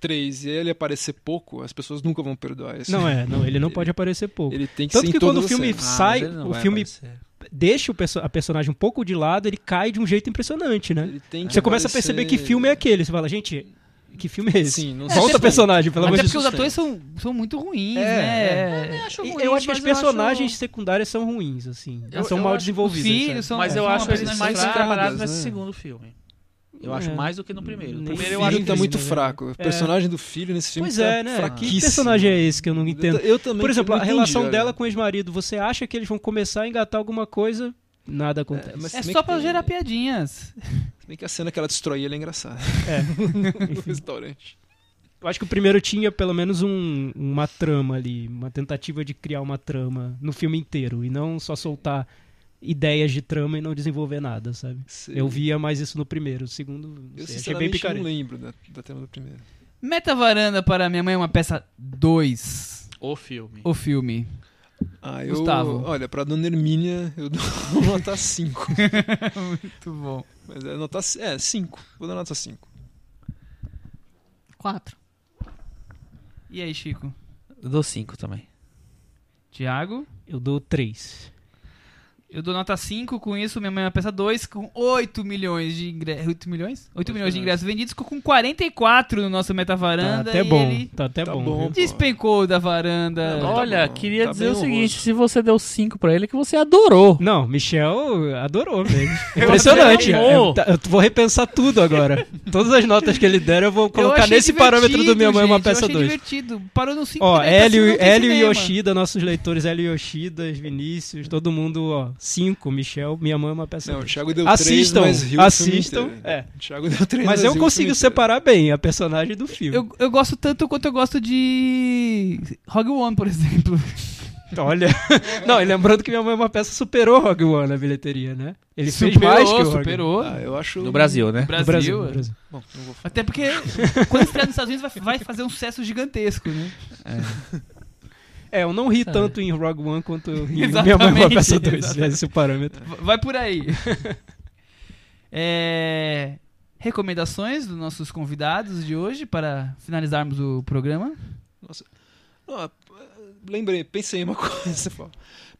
S3: 3 e ele aparecer pouco, as pessoas nunca vão perdoar isso.
S4: Não é, não, ele não pode aparecer pouco.
S3: Ele tem que
S4: Tanto
S3: ser em
S4: que quando
S3: todas
S4: o
S3: as
S4: filme
S3: cenas.
S5: Ah,
S4: sai,
S5: mas ele não
S4: o
S5: vai
S4: filme
S5: aparecer.
S4: deixa o perso- a personagem um pouco de lado, ele cai de um jeito impressionante, né?
S3: Ele tem que
S4: Você começa a
S3: aparecer-
S4: perceber que filme é aquele. Você fala, gente, que filme é esse?
S3: Sim, não sei
S4: Volta
S3: se-
S4: personagem, pelo amor
S2: Até
S4: de
S2: porque os
S4: Deus.
S2: atores são, são muito ruins,
S3: É,
S2: né? É.
S5: acho
S4: E
S5: ruim,
S4: eu acho que
S5: mas
S4: os personagens
S5: acho-
S4: secundários são ruins, assim.
S5: Eu-
S4: são
S5: eu
S4: mal
S5: acho-
S4: desenvolvidos.
S2: os filhos
S4: sabe?
S2: são-
S5: Mas
S2: É,
S5: eu
S2: são
S5: acho eles
S2: apresentações
S5: mais
S3: fracas,
S5: trabalhados nesse
S3: né?
S5: segundo filme. Eu
S4: É.
S5: acho mais do que no primeiro. No
S4: Nem
S5: primeiro
S3: O
S5: eu
S4: filho
S5: acho
S3: filho tá
S4: incrível,
S3: muito
S4: né?
S3: fraco. O
S4: É.
S3: personagem do filho nesse filme
S4: Pois
S3: tá
S4: é, né? Que
S3: fraquíssimo.
S4: personagem é esse que eu não entendo?
S3: Eu também
S4: Por exemplo,
S3: não
S4: a
S3: entendi,
S4: relação
S3: olha.
S4: dela com o ex-marido. Você acha que eles vão começar a engatar alguma coisa? Nada acontece.
S3: mas-
S2: É
S3: Se bem
S2: só
S3: que
S2: pra
S3: tem-
S2: gerar piadinhas.
S3: Se bem que a cena que ela destrói ele é engraçada. no [laughs] restaurante.
S4: É. Eu acho que o primeiro tinha pelo menos um- uma trama ali, uma tentativa de criar uma trama no filme inteiro e não só soltar ideias de trama e não desenvolver nada, sabe?
S3: Sei.
S4: Eu via mais isso no primeiro, o segundo, não
S3: Eu
S4: sei, achei é
S3: sinceramente não
S4: bem picareta.
S3: lembro da, da tema do primeiro.
S2: Meta Varanda para Minha Mãe é uma Peça 2,
S5: O filme.
S2: o filme.
S3: Ah, eu,
S2: Gustavo.
S3: Olha, pra Dona Hermínia eu dou [laughs] nota 5.
S2: Muito bom.
S3: Mas é nota é 5. Vou dar nota 5.
S6: Quatro.
S2: E aí, Chico?
S5: Eu dou cinco também.
S2: Tiago?
S4: Eu dou três.
S2: Eu dou nota 5, com isso minha mãe é uma peça 2, com 8 milhões de ingressos. 8 milhões? 8 milhões de ingressos vendidos, ficou com 44 no nosso
S4: Tá
S2: metavaranda.
S4: até
S2: e
S4: bom.
S2: ele
S4: Tá até
S3: Tá
S4: bom.
S3: bom.
S4: viu?
S2: despencou da varanda.
S3: Não,
S5: Olha,
S3: tá bom.
S5: queria
S3: Tá
S5: dizer
S3: bem
S5: o seguinte:
S3: honroso.
S5: se você deu 5 pra ele, é que você adorou.
S4: Não, Michel
S3: [laughs]
S4: adorou mesmo. Impressionante.
S5: Eu adorei.
S4: Eu, tá- eu vou repensar tudo agora. Todas as notas que ele der, eu vou
S2: Eu
S4: colocar
S2: achei
S4: nesse parâmetro do
S2: divertido,
S4: minha mãe é uma
S2: gente,
S4: peça
S2: eu achei
S4: 2.
S2: divertido. Parou tá no 5.
S4: Ó, Hélio, Hélio
S2: e
S4: Yoshida, nossos leitores, Hélio Yoshida, Vinícius, todo mundo, ó. 5, Michel, minha mãe é uma peça
S3: Não, o
S4: 2.
S3: Thiago deu
S4: Assistam,
S3: três, mas riu o filme
S4: assistam,
S3: inteiro.
S4: é.
S3: O Thiago deu três,
S4: Mas eu
S3: riu o filme
S4: consigo
S3: inteiro.
S4: separar bem a personagem do filme.
S2: Eu, eu gosto tanto quanto eu gosto de Rogue One, por exemplo.
S4: Então, Olha. [laughs] Não, e lembrando que minha mãe é uma peça superou Rogue One na bilheteria, né? Ele fez mais que o Rogue One.
S2: superou.
S3: Ah, eu acho.
S5: No Brasil, né?
S4: No
S2: Brasil.
S4: Brasil, no Brasil.
S3: Bom, não vou falar.
S2: Até porque quando estrear nos Estados Unidos vai, vai fazer um sucesso gigantesco, né?
S4: É, eu não ri tanto em Rogue One quanto eu ri em Minha Mãe é uma
S2: Exatamente,
S4: Peça 2.
S2: exatamente.
S4: Esse é o parâmetro.
S2: V- Vai por aí.
S4: [laughs]
S2: É, recomendações dos nossos convidados de hoje para finalizarmos o programa.
S3: Não, é, lembrei, pensei em uma [laughs] coisa. Paulo.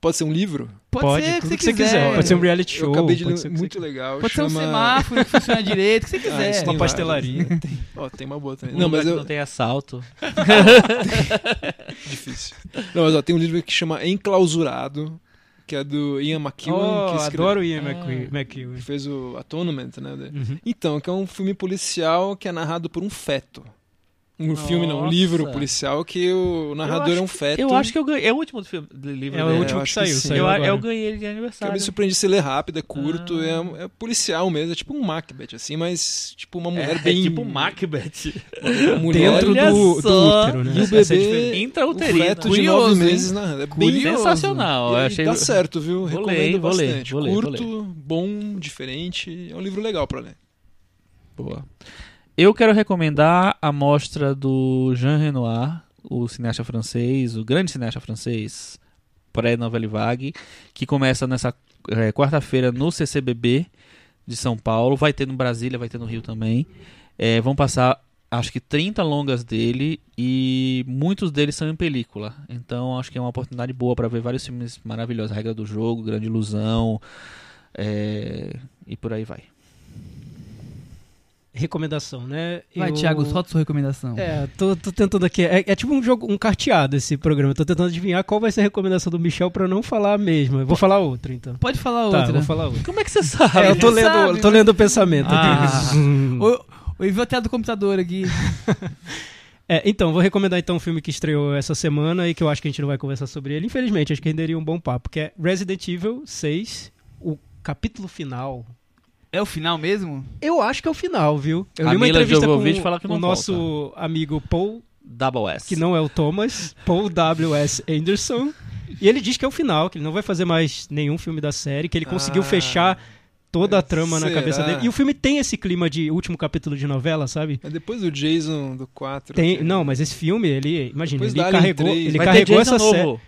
S3: Pode ser um livro?
S2: Pode, ser o que
S4: tudo
S2: você quiser.
S4: Pode ser um reality show.
S3: eu acabei de
S4: pode
S3: ler,
S4: ser o que
S3: muito legal.
S2: Pode ser um
S3: chama...
S2: semáforo que funciona direito, o que você
S3: Ah, isso
S2: quiser.
S3: tem
S4: Uma
S3: vários. [laughs]
S4: pastelaria.
S3: Tem, ó, tem uma boa também.
S5: Um
S3: Não, tá
S5: lugar
S3: mas
S5: que
S3: eu,
S5: não tem assalto.
S3: Difícil. Não, mas ó, tem um livro que chama Enclausurado, que é do Ian McEwan,
S4: Oh,
S3: que escreveu-
S4: adoro o Ian McEw- McEwan.
S3: que fez o Atonement, né?
S4: Uhum.
S3: Então, que é um filme policial que é narrado por um feto. Um filme não, um
S5: Nossa.
S3: livro policial que o narrador é
S5: acho
S3: um feto.
S5: Eu acho que eu ganhei. É o último do filme, do livro.
S4: É o
S5: dele.
S4: último
S3: eu
S4: que
S3: acho
S4: saiu.
S3: que sim.
S4: saiu
S5: Eu,
S4: agora.
S5: eu ganhei ele de
S3: Eu
S5: aniversário.
S3: me surpreende se ele é rápido, é curto,
S5: Ah.
S3: é, é policial mesmo, é tipo um Macbeth, assim, mas tipo uma mulher
S5: É,
S3: bem.
S5: tipo Macbeth.
S3: uma mulher
S4: Dentro
S5: Olha
S4: do, do
S5: só.
S4: útero, né?
S3: E o
S4: Essa é a
S3: bebê-
S4: diferença.
S3: um
S5: Intrauterino.
S3: feto de
S2: Curioso,
S3: nove
S2: hein?
S3: meses narrando. É bem
S2: Curioso.
S5: Sensacional.
S3: E
S5: eu
S3: aí,
S5: achei
S3: Dá certo, viu?
S5: Vou
S3: Recomendo
S5: ler, vou ler,
S3: bastante.
S5: vou ler, vou
S3: Curto, bom, diferente. É um livro legal pra ler.
S5: Boa. Eu quero recomendar a mostra do Jean Renoir, o cineasta francês, o grande cineasta francês, pré-Novelle Vague, que começa nessa eh, quarta-feira no CCBB de São Paulo. Vai ter no Brasília, vai ter no Rio também. Eh, vão passar, acho que, 30 longas dele e muitos deles são em película. Então, acho que é uma oportunidade boa para ver vários filmes maravilhosos. A Regra do Jogo, Grande Ilusão eh, e por aí vai.
S4: Recomendação, né?
S2: Vai,
S4: Eu-
S2: Thiago, solta sua recomendação.
S4: É, tô, tô tentando aqui. É, é tipo um jogo, um carteado esse programa. Eu Tô tentando adivinhar qual vai ser a recomendação do Michel pra eu não falar a mesma. Eu vou falar outra, então.
S2: Pode falar
S4: Tá,
S2: outra.
S4: vou falar outra.
S5: Como é que você sabe?
S4: É, eu tô
S2: Ele
S4: lendo,
S2: sabe,
S4: eu tô lendo o pensamento.
S5: Ah.
S4: [laughs] Zoom.
S2: Eu, eu vi a tela do computador aqui.
S4: É, então, vou recomendar então um filme que estreou essa semana e que eu acho que a gente não vai conversar sobre ele. Infelizmente, acho que renderia um bom papo, que é Resident Evil 6, o capítulo final.
S2: É o final mesmo?
S4: Eu acho que é o final, viu? Eu
S5: A
S4: li uma
S5: Mila
S4: entrevista com
S5: Jovovich fala que não
S4: o nosso amigo Paul
S5: Double S.
S4: que não é o Thomas, Paul W.S. Anderson. E ele diz que é o final, que ele não vai fazer mais nenhum filme da série, que ele conseguiu
S3: Ah,
S4: fechar toda a trama na
S3: será?
S4: cabeça dele. E o filme tem esse clima de último capítulo de novela, sabe?
S3: Mas depois do Jason do é 4.
S4: Tem, não, mas esse filme, ele, imagina,
S3: né? Depois
S4: ele
S3: da Alien
S4: carregou,
S3: 3.
S4: ele
S5: Vai ter
S4: carregou
S5: Jason
S4: essa série,
S5: novo.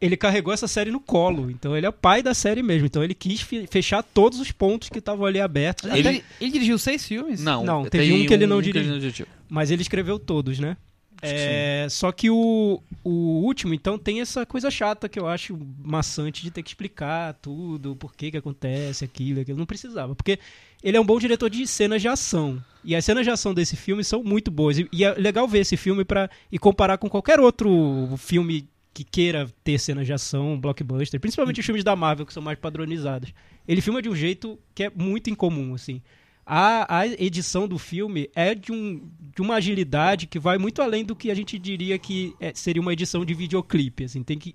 S4: ele carregou essa série no colo. Então ele é o pai da série mesmo. Então ele quis fe- fechar todos os pontos que estavam ali abertos.
S2: Ele,
S4: Até-
S2: ele dirigiu seis filmes?
S5: Não,
S4: Não,
S5: tem
S4: teve um que ele não
S5: dirigiu.
S4: dirigiu. Mas ele escreveu todos, né?
S3: Acho que
S4: É, só que o, o último, então, tem essa coisa chata que eu acho maçante de ter que explicar tudo, por que que acontece aquilo, aquilo. Não precisava, porque ele é um bom diretor de cenas de ação. E as cenas de ação desse filme são muito boas. E, e é legal ver esse filme pra, e comparar com qualquer outro filme que queira ter cenas de ação, blockbuster, principalmente os filmes da Marvel, que são mais padronizados. Ele filma de um jeito que é muito incomum, assim. A, a edição do filme é de, um, de uma agilidade que vai muito além do que a gente diria que é- seria uma edição de videoclipe, assim. Tem que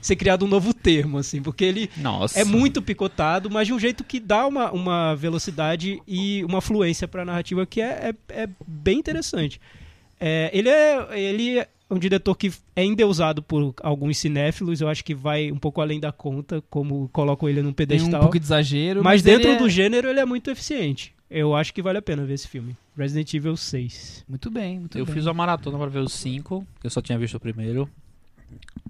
S4: ser criado um novo termo, assim, porque ele
S5: Nossa.
S4: é muito picotado, mas de um jeito que dá uma, uma velocidade e uma fluência para a narrativa que é, é, é bem interessante. É, ele, é, ele é um diretor que é endeusado por alguns cinéfilos, eu acho que vai um pouco além da conta, como colocam ele
S2: Tem
S4: num
S2: um
S4: pedestal.
S2: pouco de exagero.
S4: mas, dentro
S2: ele é-
S4: do gênero ele é muito eficiente. Eu acho que vale a pena ver esse filme. Resident Evil 6.
S2: Muito bem, muito
S5: Eu
S2: bem.
S5: fiz uma maratona pra ver os cinco, que eu só tinha visto o primeiro.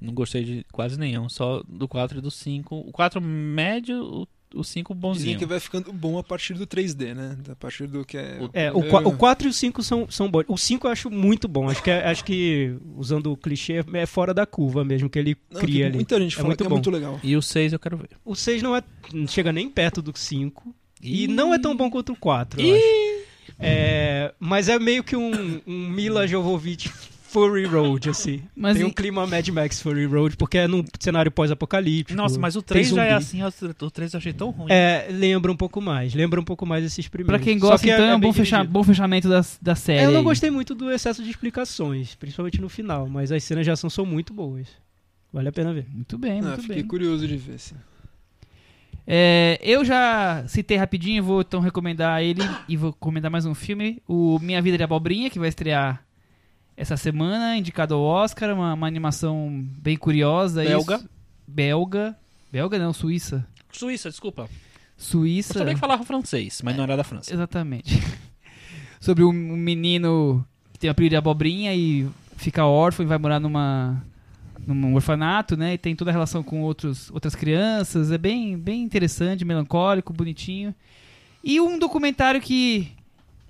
S5: Não gostei de quase nenhum, só do 4 e do 5. O 4 médio, o o 5
S3: Dizem
S5: bonzinho.
S3: que vai ficando bom a partir do 3D, né? A partir do que é.
S4: É, o, qua- o 4 e o 5 são, são bons. O 5 eu acho muito bom. Acho que, é- acho que usando o clichê, é fora da curva mesmo que ele
S3: Não,
S4: cria
S3: que
S4: ali.
S3: Muita gente
S4: É
S3: fala
S4: muito
S3: que é
S4: bom.
S3: muito legal.
S5: E o 6 eu quero ver.
S4: O 6 não, é, não chega nem perto do 5. E não é tão bom quanto o 4, eu acho. É, mas é meio que um, um Mila Jovovich Fury Road, assim.
S2: Mas
S4: Tem
S2: e-
S4: um clima Mad Max Fury Road, porque é num cenário pós-apocalíptico.
S5: Nossa, mas o
S4: tem
S5: 3 já é
S4: zumbi.
S5: assim, o 3 eu achei tão ruim.
S4: É, lembra um pouco mais. Lembra um pouco mais esses primeiros.
S2: Pra quem
S4: Só
S2: gosta,
S4: que
S2: então, é, um
S4: bem
S2: bom, fecha-
S4: dirigido.
S2: bom fechamento da, da série.
S4: Eu não
S2: aí.
S4: gostei muito do excesso de explicações, principalmente no final, mas as cenas de ação são muito boas. Vale a pena ver.
S2: Muito bem,
S3: Ah,
S2: muito
S3: fiquei
S2: bem.
S3: curioso de ver. assim.
S2: É, eu já citei rapidinho, vou então recomendar ele e vou comentar mais um filme. O Minha Vida de Abobrinha, que vai estrear essa semana, indicado ao Oscar, uma, uma animação bem curiosa.
S5: Belga.
S2: Isso- belga. Belga não, Suíça.
S5: Suíça, desculpa. Eu
S2: Suíça.
S5: sabia que falava francês, mas não era da França.
S2: Exatamente. [laughs] Sobre um um menino que tem o apelido de abobrinha e fica órfão e vai morar numa num orfanato, né? E tem toda a relação com outros, outras crianças. É bem, bem interessante, melancólico, bonitinho. E um documentário que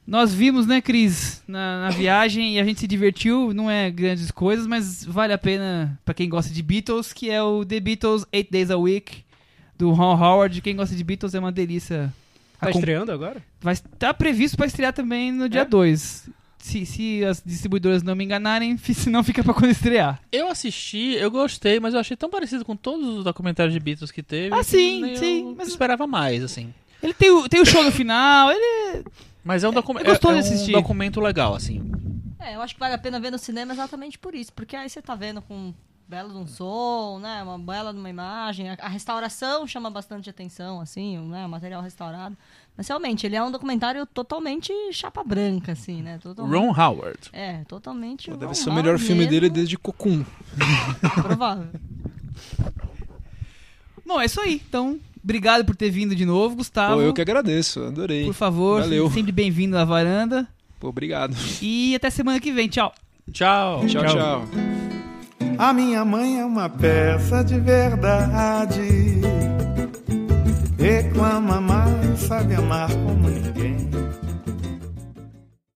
S2: nós vimos, né, Cris, na, na viagem e a gente se divertiu. Não é grandes coisas, mas vale a pena pra quem gosta de Beatles, que é o The Beatles Eight Days a Week, do Ron Howard. Quem gosta de Beatles é uma delícia.
S4: Tá
S2: acompanhar.
S4: estreando agora?
S2: Vai estar previsto para estrear também no dia
S4: É?
S2: 2. Se, se as distribuidoras não me enganarem, [laughs] fi- senão fica para quando estrear.
S5: Eu assisti, eu gostei, mas eu achei tão parecido com todos os documentários de Beatles que teve.
S2: Ah,
S5: que
S2: sim,
S5: nem
S2: sim,
S5: Eu
S2: mas-
S5: esperava mais, assim.
S2: Ele tem o, tem o show no final, ele
S5: Mas é um, docu-
S2: É gostoso
S5: é- é
S2: de assistir.
S5: um documento legal, assim.
S6: É, eu acho que vale a pena ver no cinema exatamente por isso, porque aí você tá vendo com um belo de um som, né, uma bela de uma imagem, a, a restauração chama bastante atenção, assim, né, o material restaurado. Mas realmente, ele é um documentário totalmente chapa branca, assim, né, totalmente...
S5: Ron Howard.
S6: É, totalmente...
S3: Pô,
S6: Ron
S3: deve ser o melhor
S6: Howard
S3: filme dele
S6: mesmo,
S3: desde Cocum.
S6: Provável.
S2: Bom, é isso aí. Então, obrigado por ter vindo de novo, Gustavo.
S3: Pô, eu que agradeço, adorei.
S2: Por favor,
S3: Valeu.
S2: sempre bem-vindo à varanda.
S3: Pô, obrigado.
S2: E até semana que vem. Tchau.
S5: Tchau.
S3: Tchau,
S4: Tchau.
S3: tchau.
S7: A minha mãe é uma peça de verdade. Reclama mais, sabe amar como ninguém.